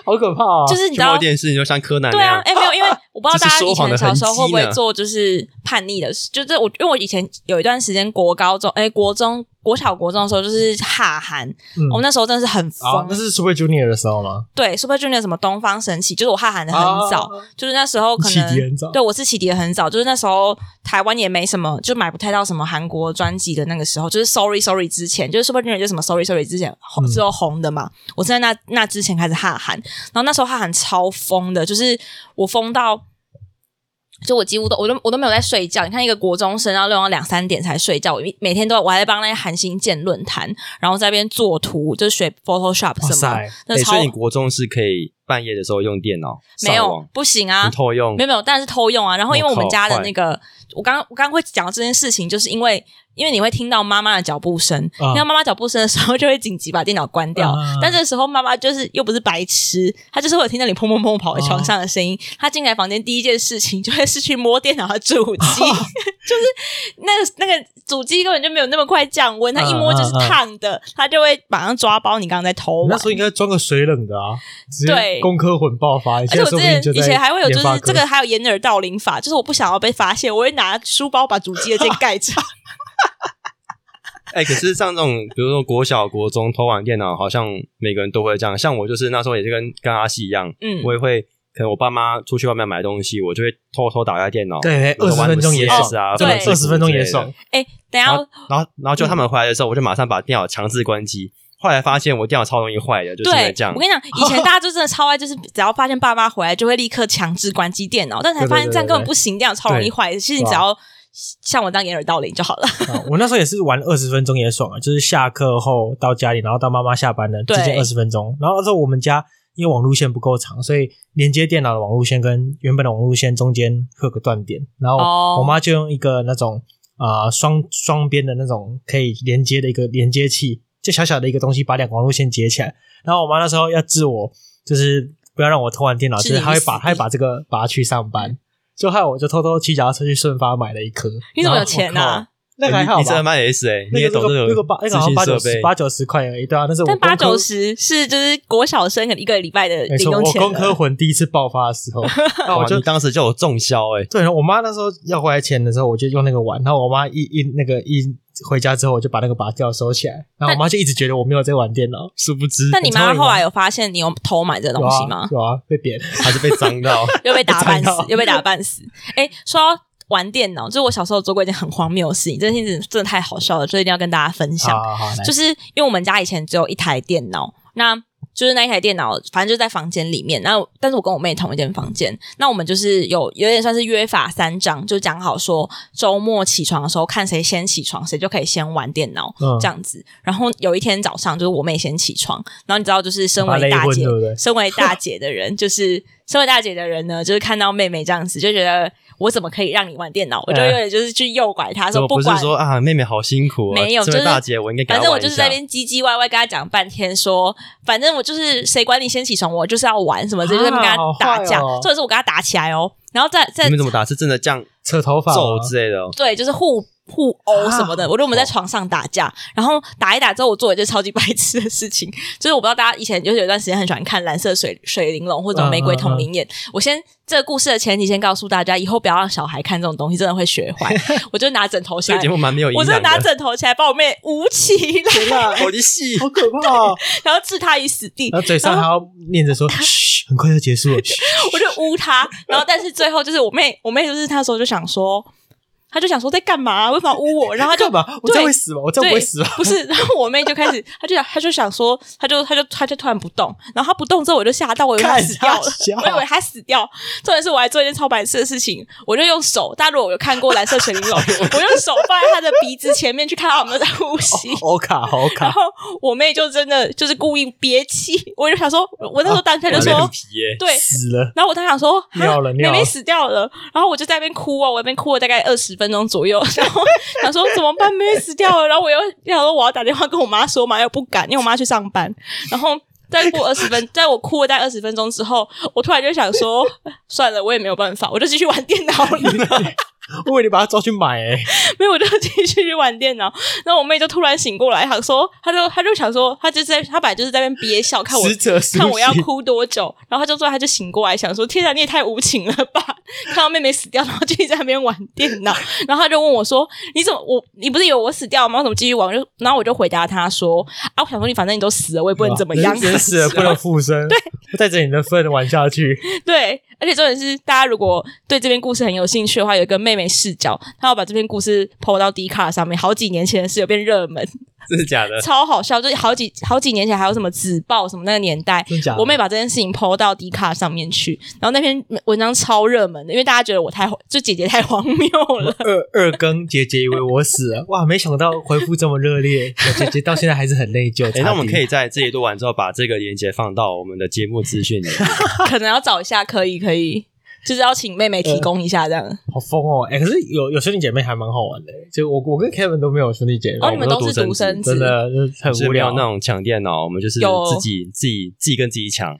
Speaker 1: 好可怕啊！
Speaker 2: 就是你
Speaker 3: 去
Speaker 2: 知道
Speaker 3: 摸，电视你就像柯南
Speaker 2: 对
Speaker 3: 那
Speaker 2: 啊
Speaker 3: 样，，
Speaker 2: 哎、没有，
Speaker 3: *laughs*
Speaker 2: 因为我不知道
Speaker 3: 这
Speaker 2: 大家
Speaker 3: 是
Speaker 2: 以
Speaker 3: 说谎
Speaker 2: 前
Speaker 3: 的
Speaker 2: 小时候
Speaker 3: 痕迹啊
Speaker 2: 会不会
Speaker 3: 呢
Speaker 2: 做就是叛逆的事，就是我因为我以前有一段时间国高中，哎、国中国小国中的时候就是哈韩，
Speaker 1: 嗯
Speaker 2: 我们那时候真的是很
Speaker 1: 啊
Speaker 2: 疯，
Speaker 3: 哦
Speaker 1: 那是 Super Junior 的时候吗？
Speaker 2: 对 Super Junior 什么东方神起，就是我哈韩的很早，
Speaker 3: 哦
Speaker 1: 啊
Speaker 2: 就是那时候可
Speaker 1: 启
Speaker 2: 能
Speaker 1: 迪很早
Speaker 2: 对我是启迪的很早，就是那时候台湾也没什么，就买不太到什么韩国专辑的那个时候，就是 Sorry Sorry 之前，就是 Super Junior 就是什么 Sorry Sorry 之前红
Speaker 3: 嗯
Speaker 2: 之后红的嘛，我是在那那之前开始哈韩，然后那时候哈韩超疯的，就是我疯到。就我几乎都我都我都没有在睡觉，你看一个国中生，然后弄到两三点才睡觉，我一每天都我还在帮那些韩星建论坛，然后在那边做图，就是学 Photoshop
Speaker 1: 哇
Speaker 2: 什么的
Speaker 1: 塞，
Speaker 2: 那
Speaker 3: 哎
Speaker 2: 超、
Speaker 3: 所以你国中是可以半夜的时候用电脑
Speaker 2: 没
Speaker 3: 上
Speaker 2: 有
Speaker 3: 网，
Speaker 2: 不行啊
Speaker 3: 你，偷用
Speaker 2: 没有没有，当然是偷用啊。然后因为我们
Speaker 3: 我靠
Speaker 2: 家的
Speaker 3: 坏
Speaker 2: 那个，我刚我刚刚会讲到这件事情，就是因为因为你会听到妈妈的脚步声，
Speaker 1: 啊
Speaker 2: 听到妈妈脚步声的时候，就会紧急把电脑关掉。
Speaker 1: 啊
Speaker 2: 但这时候妈妈就是又不是白痴，她就是会有听到你砰砰砰跑在床上的声音。
Speaker 1: 啊
Speaker 2: 她进来房间第一件事情就会是去摸电脑的
Speaker 1: *laughs*
Speaker 2: 主机，
Speaker 1: 啊
Speaker 2: 就是那个那个主机根本就没有那么快降温，它一摸就是
Speaker 1: 啊啊啊
Speaker 2: 烫的，她就会马上抓包你刚刚在偷啊玩
Speaker 1: 那时。候应该装个水冷的啊，直接
Speaker 2: 对
Speaker 1: 工科混爆发。而
Speaker 2: 而且我之前以前还会有，就是这个
Speaker 1: 啊
Speaker 2: 还有掩耳盗铃法，就是我不想要被发现，我会拿书包把主机的键
Speaker 1: *laughs*
Speaker 2: 盖着。
Speaker 3: 哎、可是像这种，比如说国小、国中偷玩电脑，好像每个人都会这样。像我就是那时候也是跟跟阿西一样，
Speaker 2: 嗯，
Speaker 3: 我也会可能我爸妈出去外面买东西，我就会偷偷打开电脑，
Speaker 1: 对
Speaker 3: 我就
Speaker 1: 20
Speaker 3: 哦玩
Speaker 1: 分钟也爽
Speaker 3: CS 啊，
Speaker 2: 对
Speaker 3: 玩
Speaker 1: 二十分钟也
Speaker 3: 之类的
Speaker 1: 爽。。
Speaker 2: 哎、等一
Speaker 3: 然
Speaker 2: 下
Speaker 3: 后，然后然后就他们回来的时候，我就马上把电脑强制关机。后来发现我电脑超容易坏的，就是因为
Speaker 2: 对
Speaker 3: 这样
Speaker 2: 我。跟你讲，以前大家就真的超爱，就是只要发现爸妈回来，就会立刻强制关机电脑，但才发现这样根本不行，这样超容易坏。其实你只要像我这样掩耳盗铃就好了。
Speaker 1: 啊我那时候也是玩二十分钟也爽啊，就是下课后到家里，然后到妈妈下班了，
Speaker 2: 对
Speaker 1: 之间二十分钟。然后那时候我们家因为网路线不够长，所以连接电脑的网路线跟原本的网路线中间会有个断点，然
Speaker 2: 哦
Speaker 1: 后我妈就用一个那种啊双双边的那种可以连接的一个连接器，就小小的一个东西把两个网路线接起来。然后我妈那时候要治我，就是不要让我偷玩电脑，就
Speaker 2: 置
Speaker 1: 是
Speaker 2: 你
Speaker 1: 她
Speaker 2: 于
Speaker 1: 会
Speaker 2: 死
Speaker 1: 把她会
Speaker 2: 地
Speaker 1: 把这个拔去上班。就害我就偷偷骑脚踏车去顺发买了一颗，
Speaker 2: 你怎么
Speaker 1: 然后
Speaker 2: 有钱
Speaker 1: 我靠
Speaker 2: 啊？
Speaker 1: 那个还
Speaker 3: 哎
Speaker 1: 好
Speaker 3: 你真
Speaker 1: 吧
Speaker 3: 的？蛮 S 哎，你
Speaker 1: 那
Speaker 3: 也
Speaker 1: 个
Speaker 3: 懂
Speaker 1: 那
Speaker 3: 这
Speaker 1: 个那个八那个好像八九十
Speaker 3: 资讯设备
Speaker 1: 八九十块而已，对啊，那是我
Speaker 2: 但
Speaker 1: 工
Speaker 2: 八
Speaker 1: 科
Speaker 2: 九十是就是国小生的一个礼拜的
Speaker 1: 没
Speaker 2: 零
Speaker 1: 错，
Speaker 2: 用
Speaker 1: 我
Speaker 2: 钱了。
Speaker 1: 工科魂第一次爆发的
Speaker 2: *laughs*
Speaker 1: 时候，那我
Speaker 3: 哇
Speaker 1: 就
Speaker 3: 你当时就有中销哎，
Speaker 1: 对，我妈那时候要回来前的时候，我就用那个玩，然后我妈一一那个一回家之后，我就把那个拔掉收起来，然后我妈就一直觉得我没有在玩电脑，
Speaker 3: 殊不知
Speaker 2: 那你妈
Speaker 1: 很聪明
Speaker 2: 后
Speaker 1: 啊
Speaker 2: 来有发现你有偷买这
Speaker 1: 有
Speaker 2: 东西吗
Speaker 1: 啊？有啊，被
Speaker 2: *laughs*
Speaker 1: 扁，
Speaker 3: 还是被脏到。
Speaker 2: 又
Speaker 1: *laughs*
Speaker 2: 被打半
Speaker 1: 我知
Speaker 2: 死
Speaker 1: 道，
Speaker 2: 又被打半死。 *laughs* 哎、说到玩电脑，就是我小时候做过一件很荒谬的事情，这件事情真的太好笑了，所以一定要跟大家分享。
Speaker 1: 好好好，来
Speaker 2: 就是因为我们家以前只有一台电脑，那就是那一台电脑，反正就在房间里面。那但是我跟我妹同一间房间，那我们就是有有点算是约法三章，就讲好说周末起床的时候看谁先起床，谁就可以先玩电脑、
Speaker 1: 嗯
Speaker 2: 这样子。然后有一天早上，就是我妹先起床，然后你知道，就是身
Speaker 1: 把她
Speaker 2: 为
Speaker 1: 累
Speaker 2: 大
Speaker 1: 昏
Speaker 2: 姐，
Speaker 1: 对不对
Speaker 2: 身为大姐的人，就是 *laughs* 身为大姐的人呢，就是看到妹妹这样子，就觉得我怎么可以让你玩电脑？我就有点就是去诱拐她，说
Speaker 3: 我不是
Speaker 2: 管
Speaker 3: 说啊，妹妹好辛苦啊，
Speaker 2: 没有
Speaker 3: 这位
Speaker 2: 就是
Speaker 3: 大姐，我应
Speaker 1: 哎
Speaker 3: 该给她
Speaker 2: 反正我
Speaker 3: 玩一
Speaker 2: 就是在那
Speaker 3: 下
Speaker 2: 边唧唧歪歪跟他讲半天说，反正我就是谁管你先起床，我就是要玩什么，这就在那边跟
Speaker 1: 好
Speaker 2: 他打架，
Speaker 1: 坏哦
Speaker 2: 或者是我跟他打起来哦，然后再再
Speaker 3: 你们怎么打？是真的
Speaker 1: *laughs*
Speaker 3: 这样
Speaker 1: 扯头发啊
Speaker 3: 皱
Speaker 1: 吗
Speaker 3: 之类的、哦？
Speaker 2: 对，就是互互殴什么的。我觉得我们在床上打架，然后打一打之后，我做了一件超级白痴的事情，就是我不知道大家以前就是有一段时间很喜欢看《蓝色水水玲珑》或者《玫瑰同林眼》我先这个故事的前提先告诉大家，以后不要让小孩看这种东西，真的会学坏。我就拿枕头起
Speaker 3: 这
Speaker 2: 来
Speaker 3: 个节，目蛮没有
Speaker 2: 哎
Speaker 3: 营
Speaker 2: 我真的
Speaker 3: 养
Speaker 2: 拿
Speaker 1: *laughs*
Speaker 3: 的。
Speaker 2: 枕头起来把我妹捂起来，
Speaker 3: *laughs* 我的戏，
Speaker 1: 好可怕
Speaker 2: *laughs*
Speaker 1: 啊！
Speaker 2: 然后置她于死地。
Speaker 1: 然后嘴上还要念着说：“嘘，很快就结
Speaker 2: *laughs*
Speaker 1: 束了。嘘
Speaker 2: 我就污他，然后但是最后就是我妹，我妹就是她那时候就想说，她就想说在干嘛、为什么要污我？”然后她就
Speaker 1: 干嘛？我这样会死吗？我这样
Speaker 2: 对，
Speaker 1: 不会死吗？啊
Speaker 2: 不是，然后我妹就开始，她就想，她就想说，她就她就她就突然不动，然后她不动之后，我就吓到，我以为她
Speaker 1: 看
Speaker 2: 死掉了
Speaker 1: 她笑，
Speaker 2: 我以为她死掉。重点是我还做一件超白痴的事情，我就用手，大家如果有看过《蓝色水玲珑》，
Speaker 1: *laughs*
Speaker 2: 我用手放在她的鼻子前面去看她有没有在呼吸。
Speaker 1: 好卡，好
Speaker 2: 然
Speaker 1: 卡，
Speaker 2: 后我妹就真的就是故意憋气，我就想说，我那时候当下
Speaker 1: 哦
Speaker 2: 就
Speaker 3: 我的
Speaker 2: 说
Speaker 3: 皮，耶、
Speaker 2: 对，
Speaker 1: 死了。
Speaker 2: 然后我当时想说，啊
Speaker 1: 尿了
Speaker 2: 妹
Speaker 1: 尿
Speaker 2: 妹
Speaker 1: 了
Speaker 2: 死掉了。然后我就在那边哭哦，我在那边哭了大概二十分钟左右。然后想说怎么办，妹妹死掉了。然后我又想说我要打电话跟我妈说嘛，又不敢，因为我妈去上班。然后再过二十分，在我哭了大概二十分钟之后，我突然就想说，算了，我也没有办法，我就继续玩电脑了。
Speaker 1: *laughs*
Speaker 2: *laughs*
Speaker 1: 我以为你把它抓去买欸诶、
Speaker 2: 没有，我就继续去玩电脑。然后我妹就突然醒过来，想说，她就她就想说，她就在她本来就是在那边憋笑，看我
Speaker 1: 死者苏醒
Speaker 2: 看我要哭多久。然后她就说，她就醒过来，想说，天哪，你也太无情了吧！看到妹妹死掉，然后继续在那边玩电脑。然后她就问我说，你怎么我你不是以为我死掉了吗？我怎么继续玩？我就然后我就回答她说，啊，我想说你反正你都死了，我也不能怎么样。啊
Speaker 1: 人啊死了不能复生，对，带着你的份玩下去。
Speaker 2: *laughs* 对，而且重点是，大家如果对这篇故事很有兴趣的话，有一个妹妹视角，她要把这篇故事 PO 到 d 卡上面，好几年前的事有变热门，
Speaker 3: 真的假
Speaker 1: *laughs*
Speaker 2: *laughs*
Speaker 3: 的？
Speaker 2: 超好笑，就是好几好几年前还有什么纸报什么那个年代
Speaker 1: 真假，的
Speaker 2: 我妹把这件事情 PO 到 d 卡上面去，然后那篇文章超热门的，因为大家觉得我太就姐姐太荒谬
Speaker 1: *laughs*
Speaker 2: 了，
Speaker 1: 二二更姐姐以为我死了，哇，没想到回复这么热烈，我姐姐到现在还是很内疚。
Speaker 3: 哎、那我们可
Speaker 1: 以
Speaker 3: 以在这一录完之后，把这个链接放到我们的节目资讯里。
Speaker 2: 可能要找一下，可以可以，就是要请妹妹提供一下这样。
Speaker 1: 好疯哦！哎、可是有有兄弟姐妹还蛮好玩的，就我我跟 Kevin 都没有兄弟姐妹，
Speaker 2: 哦，你们
Speaker 3: 我们
Speaker 2: 都
Speaker 3: 都
Speaker 2: 是独
Speaker 3: 独生
Speaker 2: 生
Speaker 3: 子
Speaker 2: 子
Speaker 1: 真，的就是很
Speaker 3: 就是
Speaker 1: 无
Speaker 3: 没有
Speaker 1: 聊
Speaker 3: 那种抢电脑，我们就是
Speaker 2: 有
Speaker 3: 自己自己自己跟自己抢。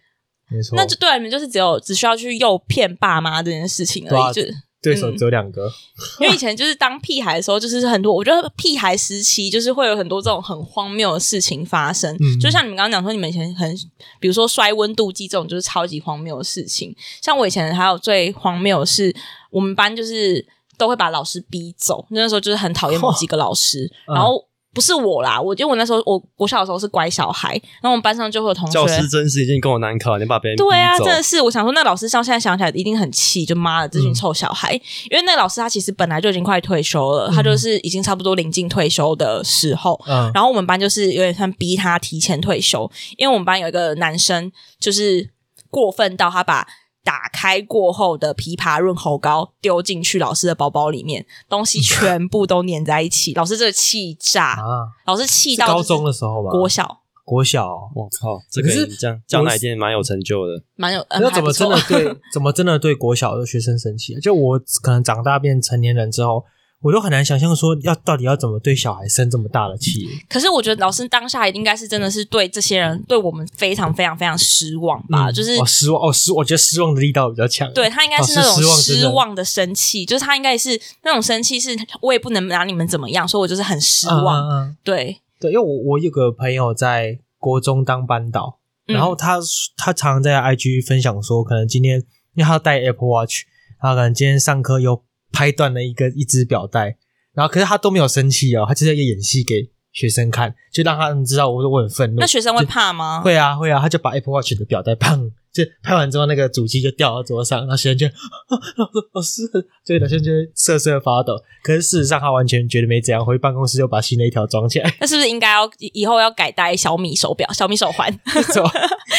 Speaker 1: 没错，
Speaker 2: 那就对啊，你们就是只有只需要去诱骗爸妈这件事情而
Speaker 1: 对啊
Speaker 2: 已，就
Speaker 1: 对手只有两个，
Speaker 2: 因为以前就是当屁孩的时候，就是很多，我觉得屁孩时期就是会有很多这种很荒谬的事情发生。
Speaker 1: 嗯
Speaker 2: 就像你们刚刚讲说，你们以前很，比如说摔温度计这种，就是超级荒谬的事情。像我以前还有最荒谬的是，我们班就是都会把老师逼走，那时候就是很讨厌某几个老师，
Speaker 1: *laughs* 嗯
Speaker 2: 然后。不是我啦，我因为我那时候我我小的时候是乖小孩，然后我们班上就会有同学
Speaker 3: 教师真是已经够难考，你把别人逼
Speaker 2: 对啊，
Speaker 3: 走
Speaker 2: 真的是，我想说，那老师像现在想起来一定很气，就妈的这
Speaker 1: 嗯
Speaker 2: 群臭小孩。因为那老师他其实本来就已经快退休了，他就是已经差不多临近退休的时候。
Speaker 1: 嗯，
Speaker 2: 然后我们班就是有点算逼他提前退休，因为我们班有一个男生就是过分到他把打开过后的枇杷润喉膏丢进去老师的包包里面，东
Speaker 1: *laughs*
Speaker 2: 西全部都粘在一起，老师这个气炸，
Speaker 1: 啊，
Speaker 2: 老师气
Speaker 1: 是
Speaker 2: 到
Speaker 1: 高
Speaker 2: 就是
Speaker 1: 中的时候吧，啊
Speaker 2: 国小
Speaker 1: 国小哦、
Speaker 3: 我靠，这个
Speaker 1: 可是
Speaker 3: 你这样这样哪一天蛮有成就的。
Speaker 2: 蛮有，嗯
Speaker 1: 那
Speaker 2: 还
Speaker 1: 怎么
Speaker 2: 不错
Speaker 1: 真的对怎么真的对国小的学生生气啊？就我可能长大变成年人之后，我都很难想象说要到底要怎么对小孩生这么大的气。
Speaker 2: 可是我觉得老师当下应该是真的是对这些人，对我们非常非常非常失望 *laughs* 吧，
Speaker 1: 嗯
Speaker 2: 就是。
Speaker 1: 哦失望哦失，我觉得失望的力道比较强。
Speaker 2: 对他应该是那
Speaker 1: 老师
Speaker 2: 种
Speaker 1: 失望真的
Speaker 2: 失望的生气，就是他应该是那种生气，是我也不能拿你们怎么样，所以我就是很失望。
Speaker 1: 嗯嗯嗯
Speaker 2: 对，
Speaker 1: 对，因为我我有个朋友在国中当班导，
Speaker 2: 嗯
Speaker 1: 然后他他常常在 IG 分享说，可能今天因为他带 Apple Watch，他可能今天上课又拍断了一个一只表带，然后可是他都没有生气哦，他就是在演戏给学生看，就让他们知道我我很愤怒
Speaker 2: 那。学生会怕吗？
Speaker 1: 会啊会啊，他就把 Apple Watch 的表带砰，就拍完之后那个主机就掉到桌上，然后学生就老师老师，所以老师就会瑟瑟发抖。可是事实上他完全觉得没怎样，回办公室就把新的一条装起来，
Speaker 2: 那是不是应该要以以后要改戴小米手表、小米手环， *laughs*
Speaker 1: *laughs* 走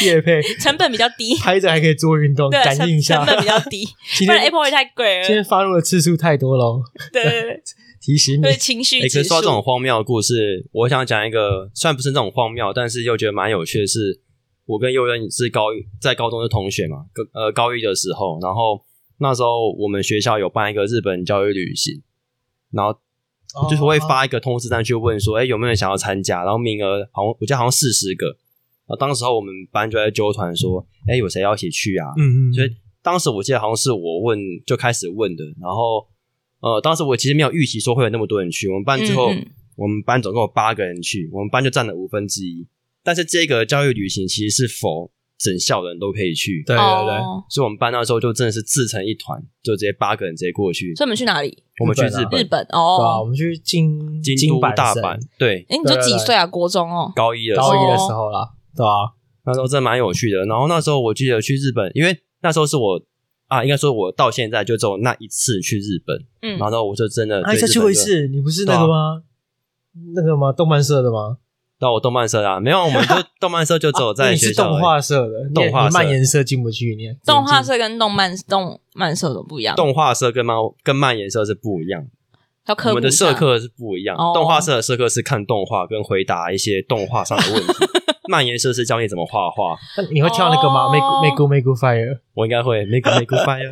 Speaker 1: 夜配。
Speaker 2: 成本比较
Speaker 1: *laughs*
Speaker 2: 低，
Speaker 1: 拍着还可以做运动，
Speaker 2: *laughs* 对，
Speaker 1: 感应
Speaker 2: 成
Speaker 1: 一
Speaker 2: 成
Speaker 1: 下。
Speaker 2: 本比较
Speaker 1: *laughs*
Speaker 2: 低，
Speaker 1: 今
Speaker 2: 不然
Speaker 1: 天
Speaker 2: Apple 会太
Speaker 1: 今
Speaker 2: 贵了。
Speaker 1: 天发怒的次数太多喽， *laughs*
Speaker 2: 对对对，
Speaker 1: 提醒你
Speaker 2: 对情绪
Speaker 3: 哎、可
Speaker 2: 指
Speaker 3: 是说到这种
Speaker 2: 数。
Speaker 3: 荒谬的故事，我想讲一个，虽然不是那种荒谬，但是又觉得蛮有趣的是，我跟幼渊是高一在高中的同学嘛，跟呃高一的时候，然后那时候我们学校有办一个日本教育旅行，然后就是会发一个通知单去问说，哎、有没有人想要参加？然后名额好像我记得好像四十个，然后当时候我们班就在纠团说，哎、有谁要一起去啊？
Speaker 1: 嗯嗯，
Speaker 3: 所以当时我记得好像是我问就开始问的，然后呃，当时我其实没有预期说会有那么多人去。我们班最后，
Speaker 2: 嗯嗯
Speaker 3: 我们班总共有八个人去，我们班就占了五分之一。但是这个教育旅行其实是否整校的人都可以去，
Speaker 1: 对对对，
Speaker 2: 哦
Speaker 3: 所以我们班那时候就真的是自成一团，就直接八个人直接过去。
Speaker 2: 所以我们去哪里？
Speaker 3: 我们去
Speaker 1: 日
Speaker 3: 日
Speaker 1: 本
Speaker 2: 日
Speaker 3: 本，
Speaker 2: 本
Speaker 1: 对啊，我
Speaker 2: 哦。
Speaker 1: 们去京
Speaker 3: 京都
Speaker 1: 阪
Speaker 3: 大
Speaker 1: 神
Speaker 3: 阪，对，
Speaker 2: 哎，你说
Speaker 1: 对对
Speaker 2: 几
Speaker 1: 对
Speaker 2: 岁啊？国中哦。
Speaker 3: 高一的时候
Speaker 1: 高一的时候啦，对啊，
Speaker 3: 那时候真的蛮有趣的。然后那时候我记得去日本，因为那时候是我啊，应该说我到现在就只有那一次去日本，
Speaker 2: 嗯
Speaker 3: 然后我就真的
Speaker 1: 啊，
Speaker 3: 对
Speaker 1: 你再
Speaker 3: 日
Speaker 1: 去
Speaker 3: 本
Speaker 1: 过一
Speaker 3: 就
Speaker 1: 次，你不是
Speaker 3: 啊
Speaker 1: 那个吗？那个吗？动漫社的吗？
Speaker 3: 到我动漫社啊，
Speaker 1: *laughs*
Speaker 3: 没有，我们就动漫社就只有
Speaker 1: 啊
Speaker 3: 在
Speaker 1: 你
Speaker 3: 学
Speaker 1: 是
Speaker 3: 校而已、
Speaker 1: 动画社的，你
Speaker 3: 动画社
Speaker 1: 你漫研社进不去，你
Speaker 2: 动画社跟动漫动漫社都不一样，
Speaker 3: 动画社跟漫跟漫研社是不一样，
Speaker 2: 要
Speaker 3: 我
Speaker 2: 科普
Speaker 3: 们
Speaker 2: 一
Speaker 3: 的
Speaker 2: 下
Speaker 3: 社课是不一样。
Speaker 2: 哦
Speaker 1: *laughs*
Speaker 3: 动画社的社课是看动画跟回答一些动画上的问题，蔓延设施教你怎么画画，
Speaker 1: 那你会跳那个吗
Speaker 2: 哦
Speaker 1: ？Make Make Good, Make Good
Speaker 2: *laughs*
Speaker 1: Fire，
Speaker 3: 我应该会 make make
Speaker 1: *laughs*
Speaker 3: fire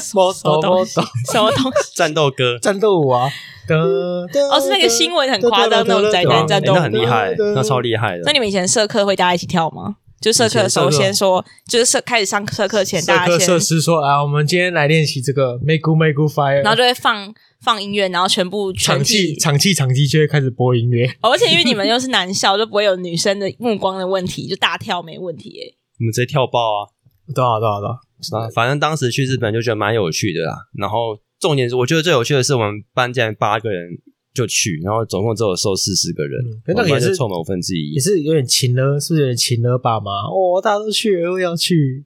Speaker 1: 什么什
Speaker 2: 么东西
Speaker 1: 么
Speaker 2: *laughs* 什么东西？
Speaker 3: 战斗歌，
Speaker 1: 战斗舞啊？
Speaker 2: 哦，
Speaker 1: 哦
Speaker 2: 是那个新闻很夸张那种宅
Speaker 3: 对啊
Speaker 2: 男战斗
Speaker 3: 欸那很厉害，那超厉害的。
Speaker 2: 那你们以前社课会大家一起跳吗？就社课的时候
Speaker 3: 以前社课
Speaker 2: 先说，就是社开始上社课前，
Speaker 1: 社
Speaker 2: 大
Speaker 1: 课
Speaker 2: 家
Speaker 1: 设
Speaker 2: 先，
Speaker 1: 施说啊，我们今天来练习这个 Make Good, Make Good Fire，
Speaker 2: 然后就会放放音乐，然后全部全
Speaker 1: 场
Speaker 2: 体
Speaker 1: 记场记场记就会开始播音 *laughs* 乐。
Speaker 2: 哦而且因为你们又是男校，就不会有女生的目光的问题，就大跳没问题耶。
Speaker 3: 我们直接跳爆啊！
Speaker 1: 多少多少多少？
Speaker 3: 啊，反正当时去日本就觉得蛮有趣的啦。然后重点是，我觉得最有趣的是我们班竟然八个人就去，然后总共只有收四十个人
Speaker 1: 嗯，可
Speaker 3: 我
Speaker 1: 那
Speaker 3: 们
Speaker 1: 个也
Speaker 3: 班就是凑满五分之一
Speaker 1: 也，是有点勤了，是不是有点勤了爸妈？哦，大家都去，我也要去，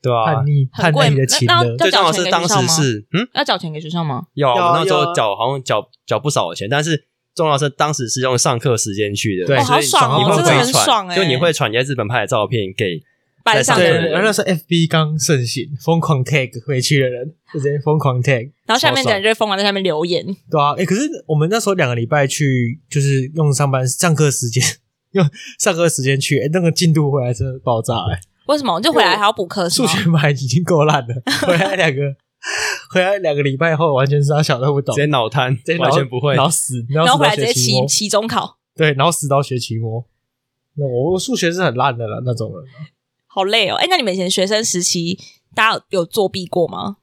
Speaker 3: 对啊
Speaker 1: 叛。逆
Speaker 2: 很
Speaker 1: 叛
Speaker 2: 贵
Speaker 1: 逆的
Speaker 2: 吗
Speaker 1: 勤
Speaker 2: 那
Speaker 1: 了。
Speaker 2: 那
Speaker 3: 最重要的是
Speaker 2: 要
Speaker 3: 当
Speaker 2: 缴钱给
Speaker 3: 时
Speaker 2: 学校吗
Speaker 3: 是嗯，
Speaker 2: 要缴钱给学校吗？
Speaker 3: 有我
Speaker 1: 要
Speaker 3: 们那时
Speaker 1: 要
Speaker 3: 候缴好像缴缴不少钱，但是重要的是当时是用上课时间去的，
Speaker 1: 对哦
Speaker 3: 所
Speaker 2: 好
Speaker 3: 以
Speaker 2: 爽
Speaker 1: 哦
Speaker 3: 你会
Speaker 1: 真的
Speaker 3: 回
Speaker 2: 很爽
Speaker 3: 传，
Speaker 2: 欸
Speaker 3: 就你会传你在日本拍的照片给
Speaker 2: 班上
Speaker 3: 当
Speaker 2: 的
Speaker 3: 在
Speaker 1: 对
Speaker 3: 上
Speaker 2: 人，
Speaker 3: 课，
Speaker 1: 然后那时候 FB 刚盛行，疯狂 tag 回去的 *laughs* 人，就直接疯狂 tag，
Speaker 2: 然后下面的人就会疯狂在下面留言。
Speaker 1: 对啊，哎、可是我们那时候两个礼拜去，就是用上班上课时间， *laughs* 用上课时间去，哎、那个进度回来真的爆炸、哎，
Speaker 2: 为什么？就回来还要补课是
Speaker 1: 数
Speaker 2: 吗？
Speaker 1: 学本来已经够烂
Speaker 2: *laughs*
Speaker 1: 了，回来两个，回来两个礼拜后，完全是他小都不懂
Speaker 3: 直，接脑瘫
Speaker 1: 直接，
Speaker 3: 完全不会
Speaker 1: 然。后死，然后
Speaker 2: 然后
Speaker 1: 死
Speaker 2: 回
Speaker 1: 到学
Speaker 2: 来直接
Speaker 1: 期
Speaker 2: 期
Speaker 1: 末，
Speaker 2: 期中考，
Speaker 1: 对，然后死到学期末。那我我数学是很烂的了那种人，
Speaker 2: 好累哦。哎，那你们以前学生时期，大家有作弊过吗？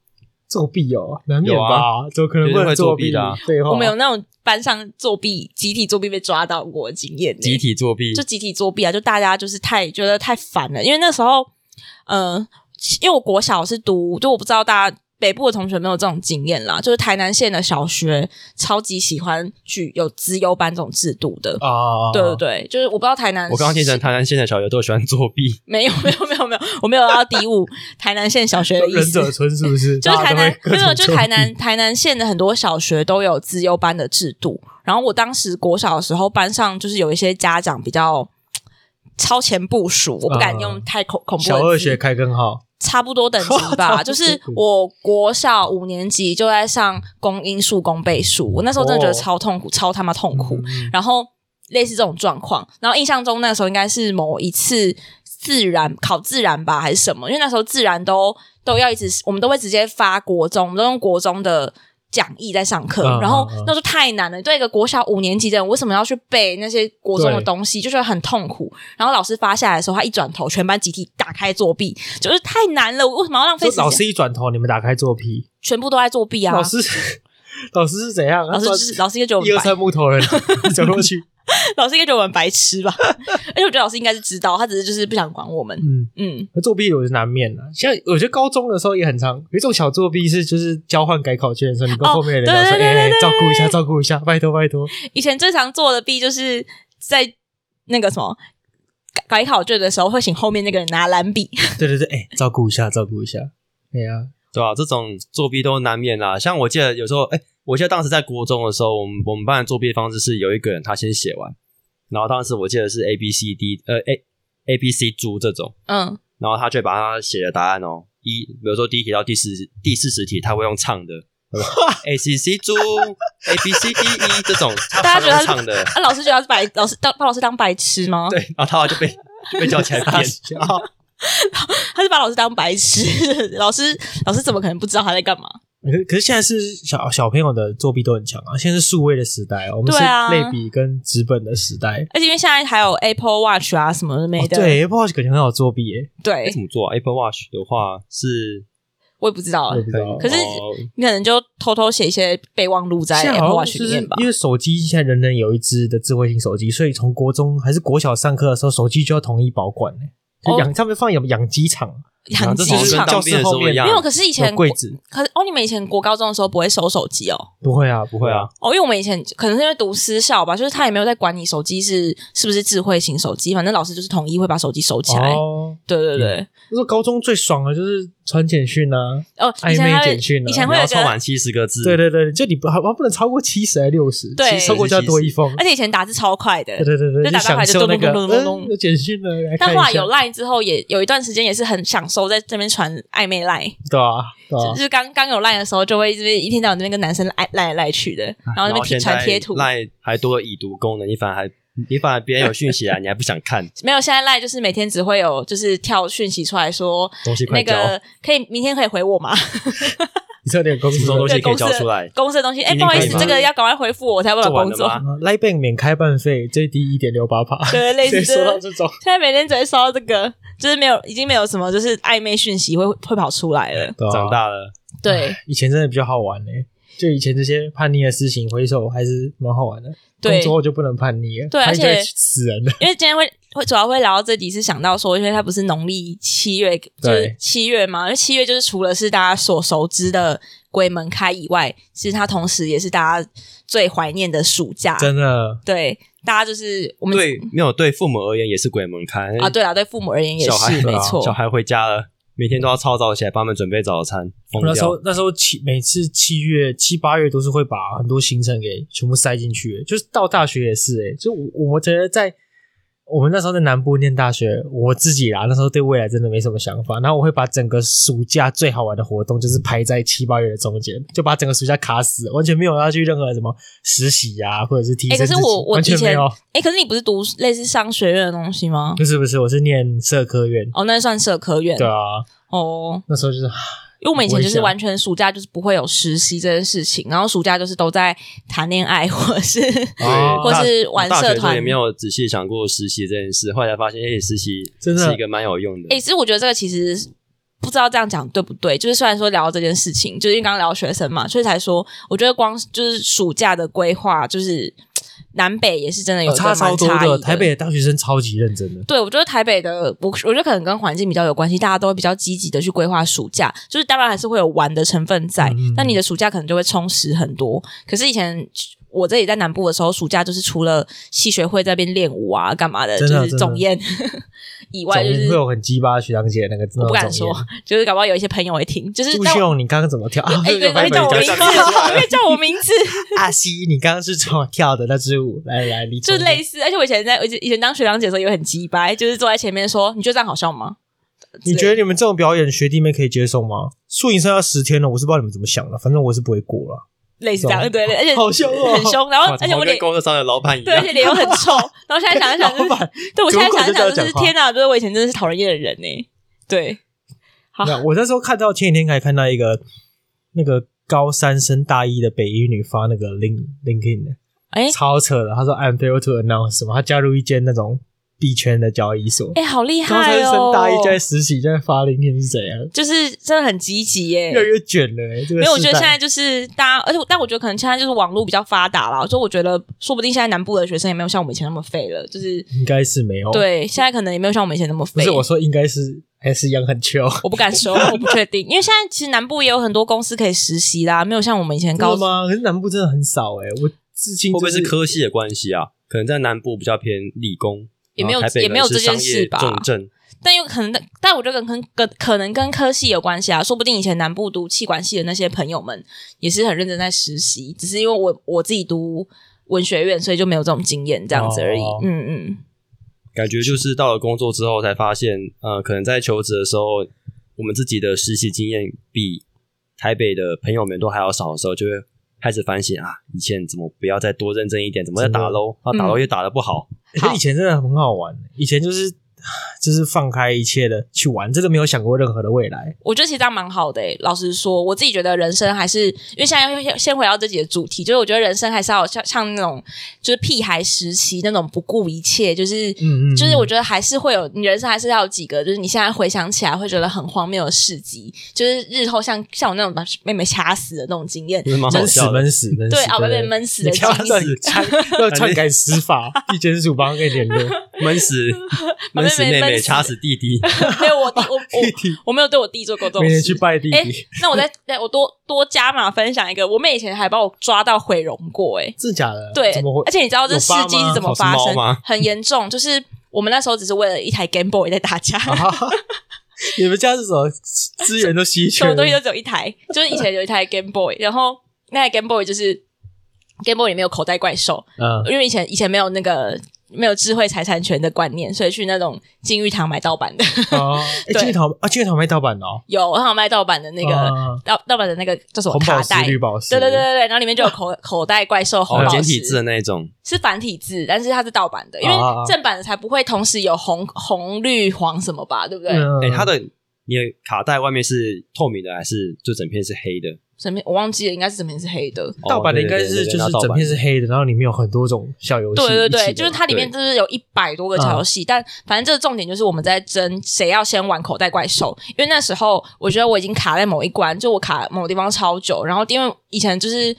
Speaker 1: 作弊哦，难免
Speaker 3: 有啊
Speaker 1: 吧？怎么可能
Speaker 3: 绝
Speaker 1: 不
Speaker 3: 对
Speaker 1: 能
Speaker 3: 会作
Speaker 1: 作
Speaker 3: 弊的啊
Speaker 1: 废话，
Speaker 2: 我们有那种班上作弊、集体作弊被抓到过的经验呢，
Speaker 3: 集体作弊
Speaker 2: 就集体作弊啊，就大家就是太觉得太烦了，因为那时候，呃，因为我国小是读，就我不知道大家北部的同学有没有这种经验啦，就是台南县的小学超级喜欢去有资优班这种制度的。
Speaker 1: 啊，
Speaker 2: 对对对，就是我不知道台南，
Speaker 3: 哦我刚刚听成台南县的小学都喜欢作弊，
Speaker 2: 没有没有没有没有，我没有要低 *laughs* 误台南县小学的意
Speaker 1: 忍
Speaker 2: 思，
Speaker 1: 者村是不是？
Speaker 2: 就是台南
Speaker 1: 大家都会各
Speaker 2: 没
Speaker 1: 种
Speaker 2: 有，就是
Speaker 1: 作弊
Speaker 2: 台南台南县的很多小学都有资优班的制度。然后我当时国小的时候，班上就是有一些家长比较超前部署，我不敢
Speaker 1: 嗯
Speaker 2: 用太恐恐怖
Speaker 1: *laughs*
Speaker 2: 的
Speaker 1: 小二
Speaker 2: 字
Speaker 1: 学开根号，
Speaker 2: 差不多等 *laughs* 级
Speaker 1: 差不
Speaker 2: 吧，
Speaker 1: 多
Speaker 2: 就是我国小五年级就在上公因数、公倍数，我那时候真的觉得
Speaker 1: 哦
Speaker 2: 超痛苦，超他妈痛苦。
Speaker 1: 嗯
Speaker 2: 然后类似这种状况，然后印象中那时候应该是某一次自然考自然吧，还是什么？因为那时候自然都都要一直，我们都会直接发国中，我们都用国中的。讲义在上课，
Speaker 1: 嗯
Speaker 2: 然后
Speaker 1: 嗯嗯
Speaker 2: 那时候太难了。对一个国小五年级的人，为什么要去背那些国中的
Speaker 1: 对
Speaker 2: 东西，就觉得很痛苦。然后老师发下来的时候，他一转头，全班集体打开作弊，就是太难了。我为什么要浪费
Speaker 1: 就
Speaker 2: 时
Speaker 1: 老
Speaker 2: 间？
Speaker 1: 师一转头，你们打开作弊，
Speaker 2: 全部都在作弊啊！
Speaker 1: 老师 *laughs* 老师是怎样？
Speaker 2: 老师就是老师应该觉得我
Speaker 1: 一
Speaker 2: 们
Speaker 1: 二
Speaker 2: 白，
Speaker 1: 三木头人 *laughs* 走过去，
Speaker 2: 老师应该觉得我们白痴吧？ *laughs* 而且我觉得老师应该是知道，他只是就是不想管我们。
Speaker 1: 嗯，
Speaker 2: 嗯，
Speaker 1: 作弊我是难免的。像我觉得高中的时候也很常有一种小作弊是，就是交换改考卷的时候，你跟
Speaker 2: 哦
Speaker 1: 后面的人讲说，
Speaker 2: 对对对
Speaker 1: 哎，哎
Speaker 2: 对对
Speaker 1: 照顾一下，照顾一下，拜托拜托。
Speaker 2: 以前最常做的弊就是在那个什么改改考卷的时候，会请后面那个人拿蓝笔。
Speaker 1: 对对对，哎，照顾一下，照顾一下。哎呀，，
Speaker 3: 对吧、这种作弊都难免啦。像我记得有时候，哎、我记得当时在国中的时候，我们我们班的作弊方式是有一个人他先写完，然后当时我记得是 A B C D 呃 A A B C 猪这种，
Speaker 2: *laughs* 嗯，
Speaker 3: 然后他就会把他写的答案哦，一比如说第一题到第四第四十题，他会
Speaker 2: *laughs*
Speaker 3: 用唱的。A C C 猪 A B C D E 这
Speaker 2: *laughs*
Speaker 3: 种，他
Speaker 2: 大家觉得他
Speaker 3: 用唱的，
Speaker 2: 啊，老师觉得他是白，老师当把老师当白痴吗？
Speaker 3: 对，然后他
Speaker 2: *laughs*
Speaker 3: 就被就被叫起来编
Speaker 1: *laughs*
Speaker 3: 然后
Speaker 2: 他是把老师当白痴。 *laughs* 老师老师怎么可能不知道他在干嘛？
Speaker 1: 可是可是现在是小小朋友的作弊都很强啊，现在是数位的时代，我们是
Speaker 2: 对啊
Speaker 1: 类比跟纸本的时代。
Speaker 2: 而且因为现在还有 Apple Watch 啊什么的没
Speaker 1: 哦
Speaker 2: 的，
Speaker 1: 对，Apple Watch 感觉很好作弊耶，
Speaker 2: 对
Speaker 3: 哎怎么做、啊、？Apple Watch 的话是
Speaker 2: 我也不知道
Speaker 1: 我
Speaker 2: 啊
Speaker 1: 也，不知道。
Speaker 2: 可是
Speaker 3: 哦
Speaker 2: 你可能就偷偷写一些备忘录在
Speaker 1: 现在
Speaker 2: Apple
Speaker 1: 好像
Speaker 2: Watch
Speaker 1: 就
Speaker 2: 里
Speaker 1: 是
Speaker 2: 面吧。
Speaker 1: 因为手机现在人人有一只的智慧型手机，所以从国中还是国小上课的时候，手机就要统一保管呢。
Speaker 2: 哦
Speaker 1: 就养上面放养养鸡场，啊
Speaker 2: 养
Speaker 3: 啊这
Speaker 2: 鸡
Speaker 3: 好
Speaker 2: 场
Speaker 3: 像跟
Speaker 1: 教
Speaker 3: 当
Speaker 1: 室
Speaker 3: 兵的时
Speaker 1: 后
Speaker 3: 候
Speaker 1: 面
Speaker 3: 一样
Speaker 2: 没，有，可是以前
Speaker 1: 有柜子，
Speaker 2: 可是哦，你们以前国高中的时候不会收手机哦？
Speaker 1: 不会啊，不
Speaker 3: 会
Speaker 1: 会
Speaker 3: 啊
Speaker 1: 啊，
Speaker 2: 哦，因为我们以前可能是因为读私校吧，就是他也没有在管你手机是是不是智慧型手机，反正老师就是统一会把手机收起来。
Speaker 1: 哦，
Speaker 2: 对对对，
Speaker 1: 那时候高中最爽的就是传简讯啊，
Speaker 2: 哦，
Speaker 1: 暧
Speaker 2: 以前还
Speaker 1: 昧
Speaker 2: 会
Speaker 1: 简讯啊
Speaker 2: 以前会
Speaker 3: 然
Speaker 2: 有
Speaker 3: 后
Speaker 2: 一
Speaker 3: 凑
Speaker 2: 个，
Speaker 3: 满七十个字，
Speaker 1: 对对对，就你不好像不能超过七十还六十，
Speaker 2: 对
Speaker 1: 超过就要多一封，
Speaker 2: 而且以前打字超快的
Speaker 1: 对，对对对，
Speaker 2: 就打到
Speaker 1: 享
Speaker 2: 牌就
Speaker 1: 受那个
Speaker 2: 咚咚咚咚咚
Speaker 1: 嗯有简讯了，来
Speaker 2: 但
Speaker 1: 看
Speaker 2: 后来
Speaker 1: 一下
Speaker 2: 有赖之后也，有一段时间也是很享受在这边传暧昧赖，
Speaker 1: 对啊对啊
Speaker 2: 就，是刚刚有赖的时候，就会一直一天
Speaker 1: 啊
Speaker 2: 到晚这边跟男生赖赖来赖去的，然后那
Speaker 3: 然
Speaker 2: 边
Speaker 3: 后
Speaker 2: 贴
Speaker 3: 现
Speaker 2: 传
Speaker 3: 在
Speaker 2: 贴图，
Speaker 3: 赖还多了已读功能，你反而还你把别人有
Speaker 2: *laughs*
Speaker 3: 讯息来，啊你还不想看，
Speaker 2: 没有，现在赖就是每天只会有就是跳讯息出来说
Speaker 3: 东西
Speaker 2: 那
Speaker 3: 快交，
Speaker 2: 个可以明天可以回我吗？
Speaker 1: 你这有点公司
Speaker 3: 什么东西
Speaker 2: 对
Speaker 3: 可以
Speaker 2: 公司
Speaker 3: 交
Speaker 2: 的
Speaker 3: 出来？
Speaker 2: 公司的东西，哎、
Speaker 3: 今天
Speaker 2: 不好意
Speaker 3: 可以
Speaker 2: 思，
Speaker 3: 吗
Speaker 2: 这个要赶快回复我，我才有办法
Speaker 3: 做完
Speaker 2: 工
Speaker 3: 了
Speaker 2: 作。
Speaker 3: 吗？
Speaker 1: 来贝呃免开办费，最低一点六八趴，
Speaker 2: *laughs* 对，类似
Speaker 3: *laughs*
Speaker 1: 谁
Speaker 3: 啊
Speaker 1: 说
Speaker 2: 这
Speaker 1: 到
Speaker 2: 种。
Speaker 1: 这种？
Speaker 2: 现在每天只会收到这个，就是没有，已经没有什么就是暧昧讯息会会跑出来了。
Speaker 1: 对啊
Speaker 3: 长大了，
Speaker 2: 对
Speaker 1: 以前真的比较好玩呢、欸就以前这些叛逆的事情，回首还是蛮好玩的。
Speaker 2: 对
Speaker 1: 工作后就不能叛逆了，
Speaker 2: 对
Speaker 1: 叛逆就会
Speaker 2: 而且
Speaker 1: 死人的。
Speaker 2: 因为今天会会主要会聊到这集，是想到说，因为它不是农历七月，就是
Speaker 1: 对
Speaker 2: 七月嘛，因为七月就是除了是大家所熟知的鬼门开以外，其实它同时也是大家最怀念的暑假。
Speaker 1: 真的，
Speaker 2: 对，大家就是我们
Speaker 3: 对，没有对父母而言也是鬼门开
Speaker 2: 啊，对啊，对父母而言也
Speaker 3: 小孩啊
Speaker 2: 是没错，
Speaker 3: 小孩回家了，每天都要超早起来帮他们准备早餐，
Speaker 1: 我
Speaker 3: 疯
Speaker 1: 那时
Speaker 3: 掉。
Speaker 1: 候那时候七每次七月七八月都是会把很多行程给全部塞进去、欸就是到大学也是哎、就我我觉得在我们那时候在南部念大学，我自己啦那时候对未来真的没什么想法，然后我会把整个暑假最好玩的活动就是排在七八月的中间，就把整个暑假卡死，完全没有要去任何什么实习呀、或者是提
Speaker 2: 哎、
Speaker 1: 升
Speaker 2: 可
Speaker 1: 自己，
Speaker 2: 是我我
Speaker 1: 完
Speaker 2: 以
Speaker 1: 全没
Speaker 2: 前
Speaker 1: 有。
Speaker 2: 哎、可是你不是读类似商学院的东西吗？
Speaker 1: 不是不是，我是念社科院，
Speaker 2: 哦，那算社科院。
Speaker 1: 对啊，
Speaker 2: 哦，
Speaker 1: 那时候就是
Speaker 2: 因为我们以前就
Speaker 1: 我也
Speaker 2: 是
Speaker 1: 想
Speaker 2: 完全暑假就是不会有实习这件事情，然后暑假就是都在谈恋爱或者是
Speaker 3: 对
Speaker 1: 哦
Speaker 2: 或
Speaker 3: 大
Speaker 2: 是玩
Speaker 3: 大
Speaker 2: 社
Speaker 3: 学的时候
Speaker 2: 团
Speaker 3: 也没有仔细想过实习这件事，后来发现，哎、实习
Speaker 1: 真的
Speaker 3: 是一个蛮有用的。
Speaker 2: 诶，哎其实我觉得这个其实不知道这样讲对不对。就是虽然说聊到这件事情，就是因为刚刚聊学生嘛，所以才说，我觉得光就是暑假的规划，就是南北也是真的有
Speaker 1: 哦差
Speaker 2: 真的
Speaker 1: 超
Speaker 2: 蛮
Speaker 1: 多
Speaker 2: 差异
Speaker 1: 的，台北的大学生超级认真的。
Speaker 2: 对，我觉得台北的，我我觉得可能跟环境比较有关系，大家都会比较积极的去规划暑假，就是当然还是会有玩的成分在
Speaker 1: 嗯，
Speaker 2: 但你的暑假可能就会充实很多。可是以前我这里在南部的时候，暑假就是除了戏学会在那边练舞啊、干嘛的，就
Speaker 1: 真的
Speaker 2: 是总宴 *laughs* 以外，就
Speaker 1: 总
Speaker 2: 是
Speaker 1: 会有很鸡巴学长姐那个，
Speaker 2: 我不敢
Speaker 1: 那种
Speaker 2: 说
Speaker 1: 总，
Speaker 2: 就是搞不好有一些朋友会听， *laughs* 就是
Speaker 1: 言。朱
Speaker 2: 但我
Speaker 1: 秀，你刚刚怎么跳？啊 *laughs*
Speaker 2: 哎，对，会
Speaker 3: 被
Speaker 2: 叫我
Speaker 3: 人
Speaker 2: 名
Speaker 3: 家
Speaker 2: 字，
Speaker 3: 讲出来
Speaker 2: *laughs*
Speaker 3: 了
Speaker 2: 会叫我名字，
Speaker 1: 阿西，你刚刚是怎么跳的那支舞？来来，你重
Speaker 2: 就
Speaker 1: 新
Speaker 2: 类似。而且我以前在，我以前当学长姐的时候也很鸡掰，就是坐在前面说，你觉得这样好笑吗？
Speaker 1: 你觉得你们这种表演学弟妹可以接受吗？宿营剩下十天了，我是不知道你们怎么想的，反正我是不会过了。
Speaker 2: 类似这样，
Speaker 1: 懂
Speaker 2: 对，对而且
Speaker 1: 好凶哦
Speaker 2: 嗯很凶。然后
Speaker 3: 哇
Speaker 2: 而且我
Speaker 3: 跟
Speaker 2: 脸，
Speaker 3: 工作上的老板
Speaker 2: *laughs*
Speaker 3: 一
Speaker 2: 对，而
Speaker 3: 样，
Speaker 2: 且脸又很
Speaker 1: *laughs*
Speaker 2: 臭。然后现在想一想，就
Speaker 1: 老
Speaker 2: 是
Speaker 1: 板，
Speaker 2: 对我现在想一
Speaker 1: 主管就这样
Speaker 2: 想，就
Speaker 1: 讲
Speaker 2: 是
Speaker 1: 话
Speaker 2: 天哪，就是我以前真的是讨人厌的人呢。对，好，
Speaker 1: 那我那时候看到前几天还看到一个那个高三升大一的北一女发那个 link linkin 的，
Speaker 2: 哎
Speaker 1: 超扯的。她说 I'm failed to announce 什么，她加入一间那种币圈的交易所。
Speaker 2: 哎，好厉
Speaker 1: 高
Speaker 2: 害
Speaker 1: 三
Speaker 2: 哦
Speaker 1: 升！大一就在实习，就在发 linkin 是怎样？
Speaker 2: 就是真的很积极耶
Speaker 1: 越。来越卷了、欸，这个
Speaker 2: 没有，我觉
Speaker 1: 世
Speaker 2: 得
Speaker 1: 代
Speaker 2: 现在就是大家，而且但我觉得可能现在就是网络比较发达啦，所以我觉得说不定现在南部的学生也没有像我们以前那么废了，就是
Speaker 1: 应该是没有。，
Speaker 2: 对，现在可能也没有像我们以前那么
Speaker 1: 不
Speaker 2: 废。
Speaker 1: 是我说，应该是还是一样很
Speaker 2: *laughs*
Speaker 1: 穷。
Speaker 2: 我不敢说，我不确定，因为现在其实南部也有很多公司可以实习啦，没有像我们以前高
Speaker 1: 高吗？可是南部真的很少哎、我至今、
Speaker 3: 会不
Speaker 1: 就
Speaker 3: 会是科系的关系啊？可能在南部比较偏理工，
Speaker 2: 也没有
Speaker 3: 然后台北
Speaker 2: 也没有
Speaker 3: 可能是
Speaker 2: 这件
Speaker 3: 商业
Speaker 2: 事吧
Speaker 3: 重症
Speaker 2: 但有可能，但我觉得跟跟可能跟科系有关系啊，说不定以前南部读气管系的那些朋友们也是很认真在实习，只是因为我我自己读文学院，所以就没有这种经验这样子而已。
Speaker 1: 哦
Speaker 2: 嗯嗯，
Speaker 3: 感觉就是到了工作之后才发现，呃，可能在求职的时候，我们自己的实习经验比台北的朋友们都还要少的时候，就会开始反省啊，以前怎么不要再多认真一点，怎么在打喽？啊，
Speaker 2: 嗯
Speaker 3: 打喽又打得不好，
Speaker 1: 可是以前真的很好玩、欸以前就是就是放开一切的去玩，真的没有想过任何的未来。
Speaker 2: 我觉得其实这样蛮好的、欸。老实说，我自己觉得人生还是因为现在要先回到自己的主题，就是我觉得人生还是要有像像那种就是屁孩时期那种不顾一切，就是
Speaker 1: 嗯嗯嗯
Speaker 2: 就是我觉得还是会有你人生还是要有几个，就是你现在回想起来会觉得很荒谬的事迹，就是日后像像我那种把妹妹掐死的那种经验，
Speaker 3: 就是蛮好
Speaker 1: 闷死
Speaker 3: 笑的。
Speaker 1: 闷死闷死，
Speaker 2: 对啊，被闷死的
Speaker 1: 你
Speaker 2: 经
Speaker 1: 跳到你
Speaker 2: 历。
Speaker 1: 篡要篡改死法，一卷鼠帮给
Speaker 2: *laughs*
Speaker 1: 联络，
Speaker 3: 闷 *laughs* 死闷死妹妹，掐死弟 *laughs* 弟，
Speaker 2: *laughs* 没有我弟，我
Speaker 1: *laughs* 弟
Speaker 2: 我
Speaker 1: 弟
Speaker 2: 我没有对我弟做过这种
Speaker 1: 每天
Speaker 2: 事
Speaker 1: 去。拜弟
Speaker 2: 哎
Speaker 1: 弟，，
Speaker 2: 那我再 *laughs* 再我多多加码分享一个，我妹以前还把我抓到毁容过，哎，
Speaker 1: 真假的？
Speaker 2: 对
Speaker 1: 怎么会，？
Speaker 2: 而且你知道这
Speaker 1: 有
Speaker 2: 事
Speaker 1: 疤
Speaker 2: 迹
Speaker 1: 吗
Speaker 2: 是怎么
Speaker 3: 好是
Speaker 2: 发
Speaker 3: 猫
Speaker 2: 生
Speaker 3: 吗？
Speaker 2: 很严重，就是我们那时候只是为了一台 Game Boy 在打架，
Speaker 1: 啊你们家是什么资源都稀缺
Speaker 2: 所有
Speaker 1: 了？
Speaker 2: 东西都只有一台，就是以前有一台 Game Boy，然后那台 Game Boy 就是 Game Boy 里面有口袋怪兽，
Speaker 1: 嗯，
Speaker 2: 因为以前以前没有那个没有智慧财产权的观念，所以去那种金玉堂买盗版的，
Speaker 1: 哦，哎，
Speaker 2: *laughs* 对
Speaker 1: 金玉堂啊，金玉堂卖盗版的哦，
Speaker 2: 有我好像卖盗版的那个
Speaker 1: 啊
Speaker 2: 盗盗版的那个叫什么
Speaker 1: 红
Speaker 2: 卡
Speaker 1: 宝石、
Speaker 2: 带。
Speaker 1: 绿宝石，
Speaker 2: 对对对对对，然后里面就
Speaker 1: *laughs*
Speaker 2: 有口口袋怪兽红
Speaker 3: 哦，
Speaker 2: 宝石，
Speaker 3: 简体字的那一种，
Speaker 2: 是繁体字，但是它是盗版的，因为
Speaker 1: 啊
Speaker 2: 正版的才不会同时有红红绿黄什么吧，对不对？
Speaker 1: 嗯，
Speaker 3: 哎、它的你的卡带外面是透明的还是就整片是黑的？
Speaker 2: 整面我忘记了，应该是整片是黑的。
Speaker 3: 哦
Speaker 1: 盗版的应该
Speaker 3: 对
Speaker 1: 是
Speaker 3: 对对
Speaker 1: 就是
Speaker 3: 那盗版
Speaker 1: 整片是黑的，然后里面有很多种小游戏一
Speaker 2: 对
Speaker 1: 起的，
Speaker 2: 对
Speaker 1: 嗯
Speaker 2: 对，就是它里面就是有一百多个小游戏，但反正这个重点就是我们在争谁要先玩口袋怪兽，因为那时候我觉得我已经卡在某一关，就我卡某地方超久，然后因为以前就是。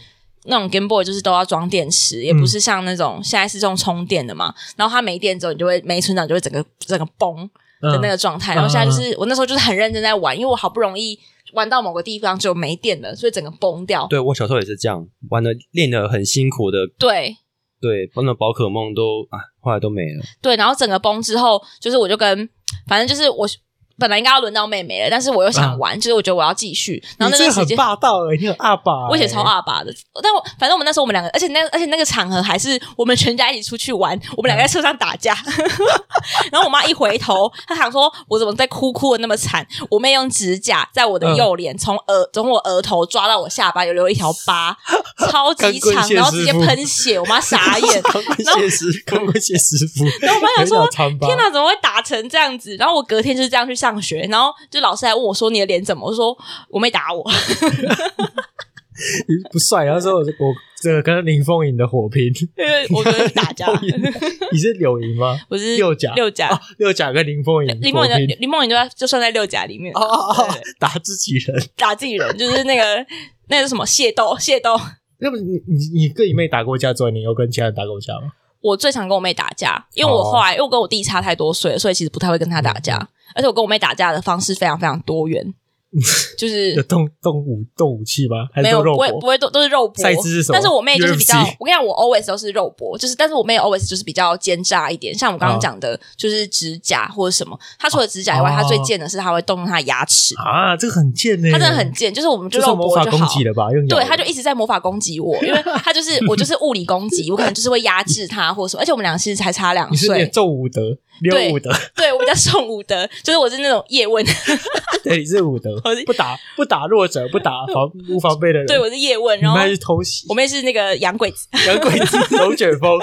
Speaker 2: 那种 Game Boy 就是都要装电池，也
Speaker 1: 嗯
Speaker 2: 不是像那种现在是这种充电的嘛。然后它没电之后，你就会没存档，就会整个整个崩的
Speaker 1: 嗯
Speaker 2: 那个状态。然后现在就是我那时候就是很认真在玩，因为我好不容易玩到某个地方就没电了，所以整个崩掉。
Speaker 3: 对我小时候也是这样玩的，练的很辛苦的，
Speaker 2: 对，
Speaker 3: 对，玩的宝可梦都啊，后来都没了。
Speaker 2: 对，然后整个崩之后，就是我就跟，反正就是我本来应该要轮到妹妹了，但是我又想玩，就是我觉得我要继续。然后
Speaker 1: 嗯你
Speaker 2: 那段
Speaker 1: 这
Speaker 2: 时
Speaker 1: 很
Speaker 2: 间，
Speaker 1: 霸道哎，你很阿爸欸，
Speaker 2: 我以
Speaker 1: *laughs*
Speaker 2: 前超阿爸的，但我反正我们那时候我们两个，而且那而且那个场合还是我们全家一起出去玩，我们两个
Speaker 1: 嗯
Speaker 2: 在车上打架， *laughs* 然后我妈一回头，她想说我怎么在哭哭的那么惨，我妹用指甲在我
Speaker 1: 嗯
Speaker 2: 的右脸从额从我额头抓到我下巴，有留一条疤，超级
Speaker 1: 钢棍
Speaker 2: 长，
Speaker 1: 谢
Speaker 2: 然后直
Speaker 1: 师
Speaker 2: 接
Speaker 1: 傅
Speaker 2: 喷血，我
Speaker 1: *laughs*
Speaker 2: 妈傻眼，
Speaker 3: 谢师
Speaker 1: 看过谢师傅，
Speaker 2: *laughs* 然后我妈想说
Speaker 1: 有一条长疤
Speaker 2: 天哪，怎么会打成这样子？然后我隔天就是这样去上学，然后就老师还问我说你的脸怎么？我说我没打我， *laughs*
Speaker 1: 不帅，然后说我我这个跟林凤营的火拼，
Speaker 2: 因为我昨天
Speaker 1: *laughs*
Speaker 2: 打架，
Speaker 1: 林凤营你是柳营
Speaker 2: *laughs*
Speaker 1: 吗？
Speaker 2: 我是
Speaker 1: 六甲
Speaker 2: 六甲
Speaker 1: 啊，六甲跟林凤营，
Speaker 2: 林梦
Speaker 1: 火
Speaker 2: 莹的
Speaker 1: 拼
Speaker 2: 林梦莹就在就算在六甲里面
Speaker 1: 哦哦哦
Speaker 2: 对，
Speaker 1: 打自己人，
Speaker 2: 打自己人，就是那个那个什么械斗械斗。
Speaker 1: 那不你你你跟你妹打过架之外，你有跟其他人打过架吗？
Speaker 2: 我最常跟我妹打架，因为
Speaker 1: 哦
Speaker 2: 我后来、因为我跟我弟差太多岁了，所以其实不太会跟他打架。
Speaker 1: 嗯
Speaker 2: 而且我跟我妹打架的方式非常非常
Speaker 1: *laughs*
Speaker 2: 多元，就是
Speaker 1: 有动动武动武器吗？还
Speaker 2: 呃没
Speaker 1: 是
Speaker 2: 有，
Speaker 1: 都肉
Speaker 2: 不会不
Speaker 1: 搏？
Speaker 2: 会都都是肉搏。
Speaker 1: 赛制是什么
Speaker 2: 但是我妹就是比较
Speaker 1: UFC，
Speaker 2: 我跟你讲，我 always 都是肉搏，就是但是我妹 always 就是比较奸诈一点。像我刚刚讲的，就是指甲或者什么，她除了指甲以外，
Speaker 1: 哦
Speaker 2: 她最贱的是她会动她的牙齿，
Speaker 1: 啊，这个很贱呢，
Speaker 2: 她真的很贱，就是我们就
Speaker 1: 这
Speaker 2: 肉
Speaker 1: 是魔
Speaker 2: 搏
Speaker 1: 法
Speaker 2: 就
Speaker 1: 攻
Speaker 2: 好。
Speaker 1: 击了吧？用咬
Speaker 2: 对，
Speaker 1: 的
Speaker 2: 她就一直在魔法攻击我，因为她就是我就是物理攻击，我可能就是会压制她或者什么，而且我们俩其实才差两
Speaker 1: 你是
Speaker 2: 岁
Speaker 1: 练，重武德，
Speaker 2: 对
Speaker 1: 练武德，
Speaker 2: 对我比较宋武德，就是我是那种叶问，
Speaker 1: *laughs* 对，你是武德
Speaker 2: *laughs* 我是，
Speaker 1: 不打不打弱者，不打防无防备的人，
Speaker 2: 对我是叶问，
Speaker 1: 你
Speaker 2: 然后
Speaker 1: 们是偷袭
Speaker 2: 我，妹是那个洋鬼子。
Speaker 1: 洋鬼子
Speaker 2: *laughs*
Speaker 1: 龙卷风，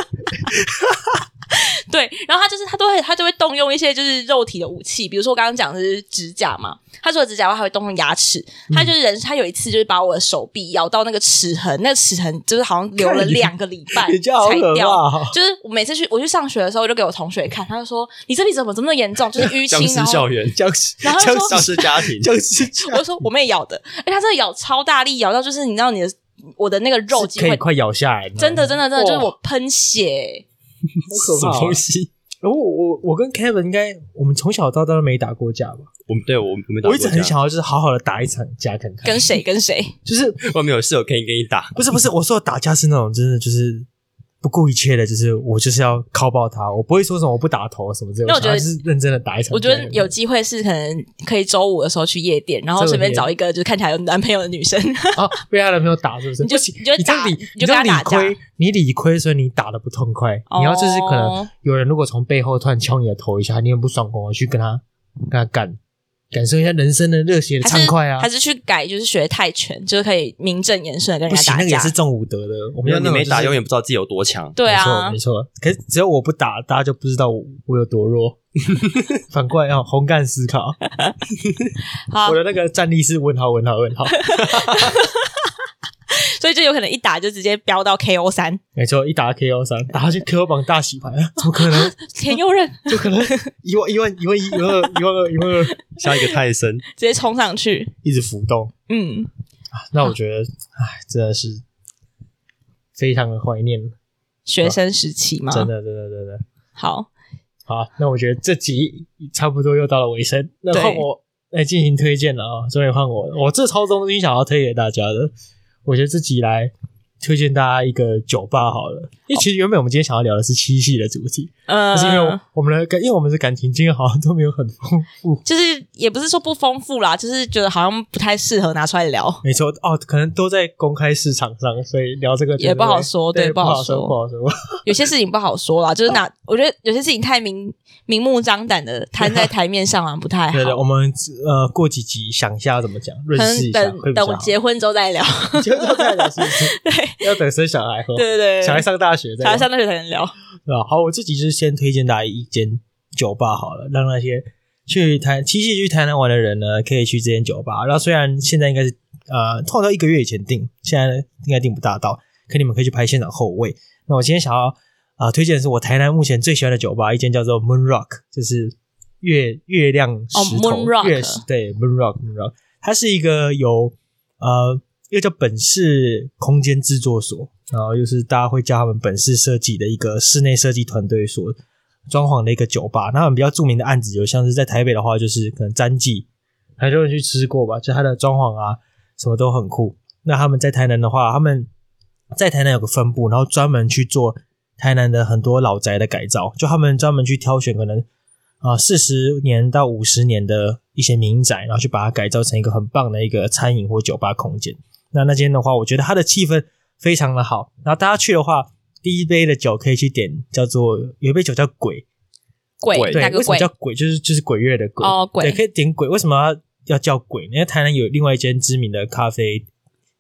Speaker 2: 对，然后他就是他都会他就会动用一些就是肉体的武器，比如说我刚刚讲的是指甲嘛，他除了指甲外，还会动用牙齿。他
Speaker 1: 嗯
Speaker 2: 就是人，他有一次就是把我的手臂咬到那个齿痕，那个齿痕就是好像留了
Speaker 1: 看你
Speaker 2: 两个礼拜
Speaker 1: 你这样好
Speaker 2: 才
Speaker 1: 可
Speaker 2: 掉。
Speaker 1: 怕 *laughs* 哦！
Speaker 2: 就是我每次去我去上学的时候，我就给我同学看，他就说：“你这里怎么这么严重？就是淤
Speaker 3: 僵
Speaker 2: 青。”
Speaker 3: 尸
Speaker 2: 然后
Speaker 3: 校园，
Speaker 1: 僵尸，
Speaker 2: 然后他
Speaker 1: 僵
Speaker 2: 说
Speaker 3: 僵
Speaker 1: 尸，
Speaker 3: 尸家庭，
Speaker 1: 僵尸，
Speaker 2: 我就说我妹咬的，哎，他真的咬超大力，咬到就是你知道你的我的那个肉
Speaker 1: 是
Speaker 2: 几
Speaker 1: 可以
Speaker 2: 乎
Speaker 1: 快咬下来，
Speaker 2: 真的真的真的就是
Speaker 1: 哇
Speaker 2: 我喷血，
Speaker 1: 好可
Speaker 3: 什
Speaker 1: 怕
Speaker 3: 么
Speaker 1: 哦
Speaker 3: 东西？
Speaker 1: 我我我跟 Kevin 应该，我们从小到大都没打过架吧？
Speaker 3: 我们对我我没打
Speaker 1: 我
Speaker 3: 过
Speaker 1: 一直
Speaker 3: 架，
Speaker 1: 很想要就是好好的打一场架看看，
Speaker 2: 跟谁跟谁。
Speaker 1: *laughs* 就是
Speaker 3: 外面有室友可以跟你打，
Speaker 1: 不是不是，我说的打架是那种真的就是不顾一切的，就是我就是要靠爆他，我不会说什么我不打头什么之类的，
Speaker 2: 那我觉得
Speaker 1: 想要就是认真的打一场架。
Speaker 2: 我觉得有机会是可能可以周五的时候去夜店，然后随便找一个就是看起来有男朋友的女生，
Speaker 1: 啊，被他男朋友打是不是？
Speaker 2: 你就
Speaker 1: 不行
Speaker 2: 你就
Speaker 1: 你这样
Speaker 2: 打
Speaker 1: 理
Speaker 2: 你就跟他
Speaker 1: 这样
Speaker 2: 打
Speaker 1: 理
Speaker 2: 架
Speaker 1: 亏，你理亏，所以你打的不痛快。你要就是可能
Speaker 2: 哦
Speaker 1: 有人如果从背后突然敲你的头一下，你很不爽，我去跟他跟他干，感受一下人生的热血
Speaker 2: *laughs*
Speaker 1: 的
Speaker 2: 还
Speaker 1: 畅
Speaker 2: 是
Speaker 1: 快啊
Speaker 2: 还！是去改就是学泰拳，就是可以名正言顺的跟
Speaker 1: 不
Speaker 2: 人
Speaker 1: 行
Speaker 2: 家，
Speaker 1: 那
Speaker 2: 打
Speaker 1: 个也
Speaker 2: 架
Speaker 1: 是。重武德的，我
Speaker 3: 没
Speaker 1: 们
Speaker 3: 有
Speaker 1: 要
Speaker 3: 你没打，
Speaker 1: 远
Speaker 3: 永远不知道自己有多 *laughs* 强。
Speaker 2: 对啊
Speaker 1: 没，错，没错。可是只要我不打，大家就不知道我我有多
Speaker 2: *laughs*
Speaker 1: 弱。反过来要红干思考，
Speaker 2: 好
Speaker 1: 我，的那个战力是问号问号
Speaker 2: *laughs*
Speaker 1: 问号。
Speaker 2: 所以就有可能一打就直接飙到
Speaker 1: *laughs*
Speaker 2: KO 三。
Speaker 1: 没错，一打 KO 三，打下去 KO 榜大洗牌，啊
Speaker 2: *laughs*
Speaker 1: 怎么可能？
Speaker 2: 田佑任
Speaker 1: 就可能一万一万一万一一万二一万二一万二，
Speaker 3: 像一个泰森，
Speaker 2: 直接冲上去，
Speaker 1: 一直浮动。
Speaker 2: 嗯，
Speaker 1: 那我觉得，哎，真的是非常的怀念，
Speaker 2: 学生时期嘛，
Speaker 1: 真的，真的，真的。
Speaker 2: 好，
Speaker 1: 好，那我觉得这集差不多又到了尾声，那
Speaker 2: 对
Speaker 1: 换我来进行推荐了啊、终于换我了，我这超衷心想要推给大家的。我觉得这集来推荐大家一个酒吧好了，因为其实原本我们今天想要聊的是七夕的主题，
Speaker 2: 呃
Speaker 1: 但是因为我我们的感，因为我们的感情经验好像都没有很丰富，
Speaker 2: 就是也不是说不丰富啦，就是觉得好像不太适合拿出来聊。 *laughs*
Speaker 1: 没错哦，可能都在公开市场上，所以聊这个
Speaker 2: 也不好说
Speaker 1: 对，
Speaker 2: 对
Speaker 1: 不
Speaker 2: 不
Speaker 1: 好
Speaker 2: 好
Speaker 1: 说，
Speaker 2: 说
Speaker 1: 不好说。
Speaker 2: 有些事情不好说啦，就是拿，我觉得有些事情太明明目张胆的摊在台面上啊，不太好。
Speaker 1: 对对，我们呃过几集想一下要怎么讲，润
Speaker 2: 可
Speaker 1: 饰
Speaker 2: 能
Speaker 1: 一下会哦
Speaker 2: 等
Speaker 1: 比较
Speaker 2: 等
Speaker 1: 好
Speaker 2: 我。
Speaker 1: *laughs*
Speaker 2: 结婚之后再聊。
Speaker 1: 结婚再聊是不是？
Speaker 2: *laughs* 对
Speaker 1: 要等生小孩后，哦
Speaker 2: 对对对，
Speaker 1: 小孩上大学再
Speaker 2: 小
Speaker 1: 聊
Speaker 2: 孩上大学才能聊。
Speaker 1: 对吧？好，我自己就是先推荐大家一间酒吧好了，让那些去台七夕去台南玩的人呢，可以去这间酒吧。然后虽然现在应该是呃，通常都一个月以前订，现在应该订不大到，可你们可以去拍现场后位。那我今天想要啊、推荐的是我台南目前最喜欢的酒吧，一间叫做 Moon Rock，就是月月亮石头、
Speaker 2: 哦，Moon Rock
Speaker 1: 月石对 Moon Rock Moon Rock，它是一个有呃一个叫本市空间制作所，然后又是大家会叫他们本市设计的一个室内设计团队所装潢的一个酒吧。那他们比较著名的案子，有像是在台北的话，就是可能詹记，很多人去吃过吧，就它的装潢啊什么都很酷。那他们在台南的话，他们在台南有个分部，然后专门去做台南的很多老宅的改造，就他们专门去挑选可能啊四十年到五十年的一些民宅，然后去把它改造成一个很棒的一个餐饮或酒吧空间。那那间的话，我觉得它的气氛非常的好。然后大家去的话，第一杯的酒可以去点叫做有一杯酒叫鬼，
Speaker 2: 鬼
Speaker 3: 鬼
Speaker 1: 对
Speaker 2: 哪，个
Speaker 1: 为什么
Speaker 2: 鬼？
Speaker 1: 叫鬼？就是就是鬼月的鬼
Speaker 2: 哦鬼
Speaker 1: 对，可以点鬼。为什么要要叫鬼呢？因为台南有另外一间知名的咖啡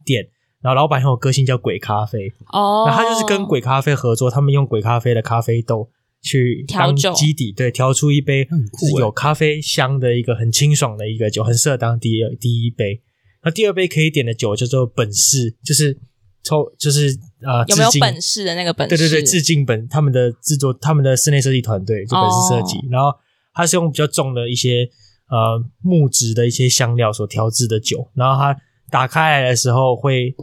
Speaker 1: 店，然后老板很有个性，叫鬼咖啡。
Speaker 2: 哦，
Speaker 1: 然后他就是跟鬼咖啡合作，他们用鬼咖啡的咖啡豆去
Speaker 2: 调
Speaker 1: 当
Speaker 2: 酒
Speaker 1: 基底，对，调出一杯
Speaker 3: 很酷
Speaker 1: 是
Speaker 3: 欸
Speaker 1: 有咖啡香的一个很清爽的一个酒，很适合当第一第一杯。那第二杯可以点的酒叫做本市，就是抽就是呃，
Speaker 2: 有没有
Speaker 1: 致敬
Speaker 2: 本事的那个本事？
Speaker 1: 对对对，致敬本他们的制作，他们的室内设计团队就本事设计，
Speaker 2: 哦
Speaker 1: 然后它是用比较重的一些呃木质的一些香料所调制的酒，然后它打开来的时候会，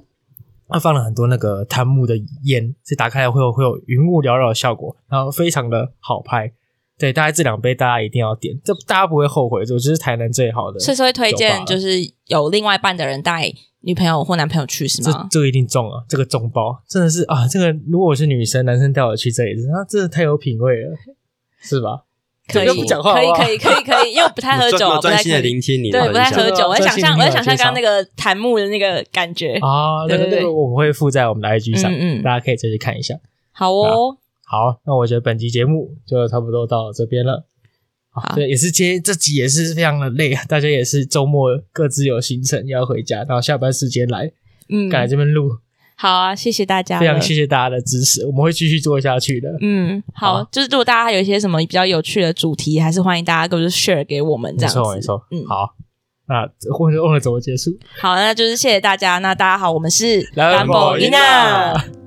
Speaker 1: 它放了很多那个檀木的烟，所以打开来会有会有云雾缭绕的效果，然后非常的好拍。对，大概这两杯大家一定要点，这大家不会后悔，我觉得是台南最好的。
Speaker 2: 所以说会推荐
Speaker 1: 酒吧
Speaker 2: 就是有另外一半的人带女朋友或男朋友去是
Speaker 1: 这
Speaker 2: 吗？
Speaker 1: 这个一定中啊！这个中包真的是啊！这个如果我是女生，男生带我去这里，那真的太有品味了，是吧？
Speaker 2: 可以
Speaker 1: 这个不讲话好
Speaker 2: 可
Speaker 1: 不
Speaker 2: 以
Speaker 1: 好
Speaker 2: 可以可以可以，因为我不太喝
Speaker 3: 我
Speaker 2: 酒
Speaker 1: *laughs*
Speaker 3: 专
Speaker 2: 啊，
Speaker 3: 我
Speaker 2: 不
Speaker 3: 专
Speaker 2: 太
Speaker 3: 心的
Speaker 2: 可以
Speaker 3: 聆听你的
Speaker 2: 对，
Speaker 3: 分
Speaker 2: 不太
Speaker 3: 享。
Speaker 2: 喝酒，我在想象，我在想象
Speaker 1: 专心听你的介
Speaker 2: 刚
Speaker 1: 绍
Speaker 2: 刚那个檀木的那个感觉。
Speaker 1: *laughs* 啊，那
Speaker 2: 对
Speaker 1: 个
Speaker 2: 对
Speaker 1: 那个
Speaker 2: 对
Speaker 1: 我们会附在我们的 IG 上，
Speaker 2: 嗯嗯
Speaker 1: 大家可以再去看一下。
Speaker 2: 好
Speaker 1: 啊
Speaker 2: 哦，
Speaker 1: 好，那我觉得本集节目就差不多到这边了。
Speaker 2: 好
Speaker 1: 对，也是今天这集也是非常的累啊，大家也是周末各自有行程要回家，然后下班时间来
Speaker 2: 嗯，
Speaker 1: 赶来这边录，
Speaker 2: 好啊，谢谢大家，
Speaker 1: 非常谢。谢大家的支持，我们会继续做下去的。
Speaker 2: 嗯，
Speaker 1: 好啊
Speaker 2: 好，就是如果大家有一些什么比较有趣的主题，还是欢迎大家跟我们 share 给我们这
Speaker 1: 没
Speaker 2: 样子。
Speaker 1: 错没错，
Speaker 2: 嗯，
Speaker 1: 好，那忘了忘了怎么结束，
Speaker 2: 好，那就是谢谢大家。那大家好，我们是
Speaker 1: 兰博伊娜
Speaker 2: 兰博伊娜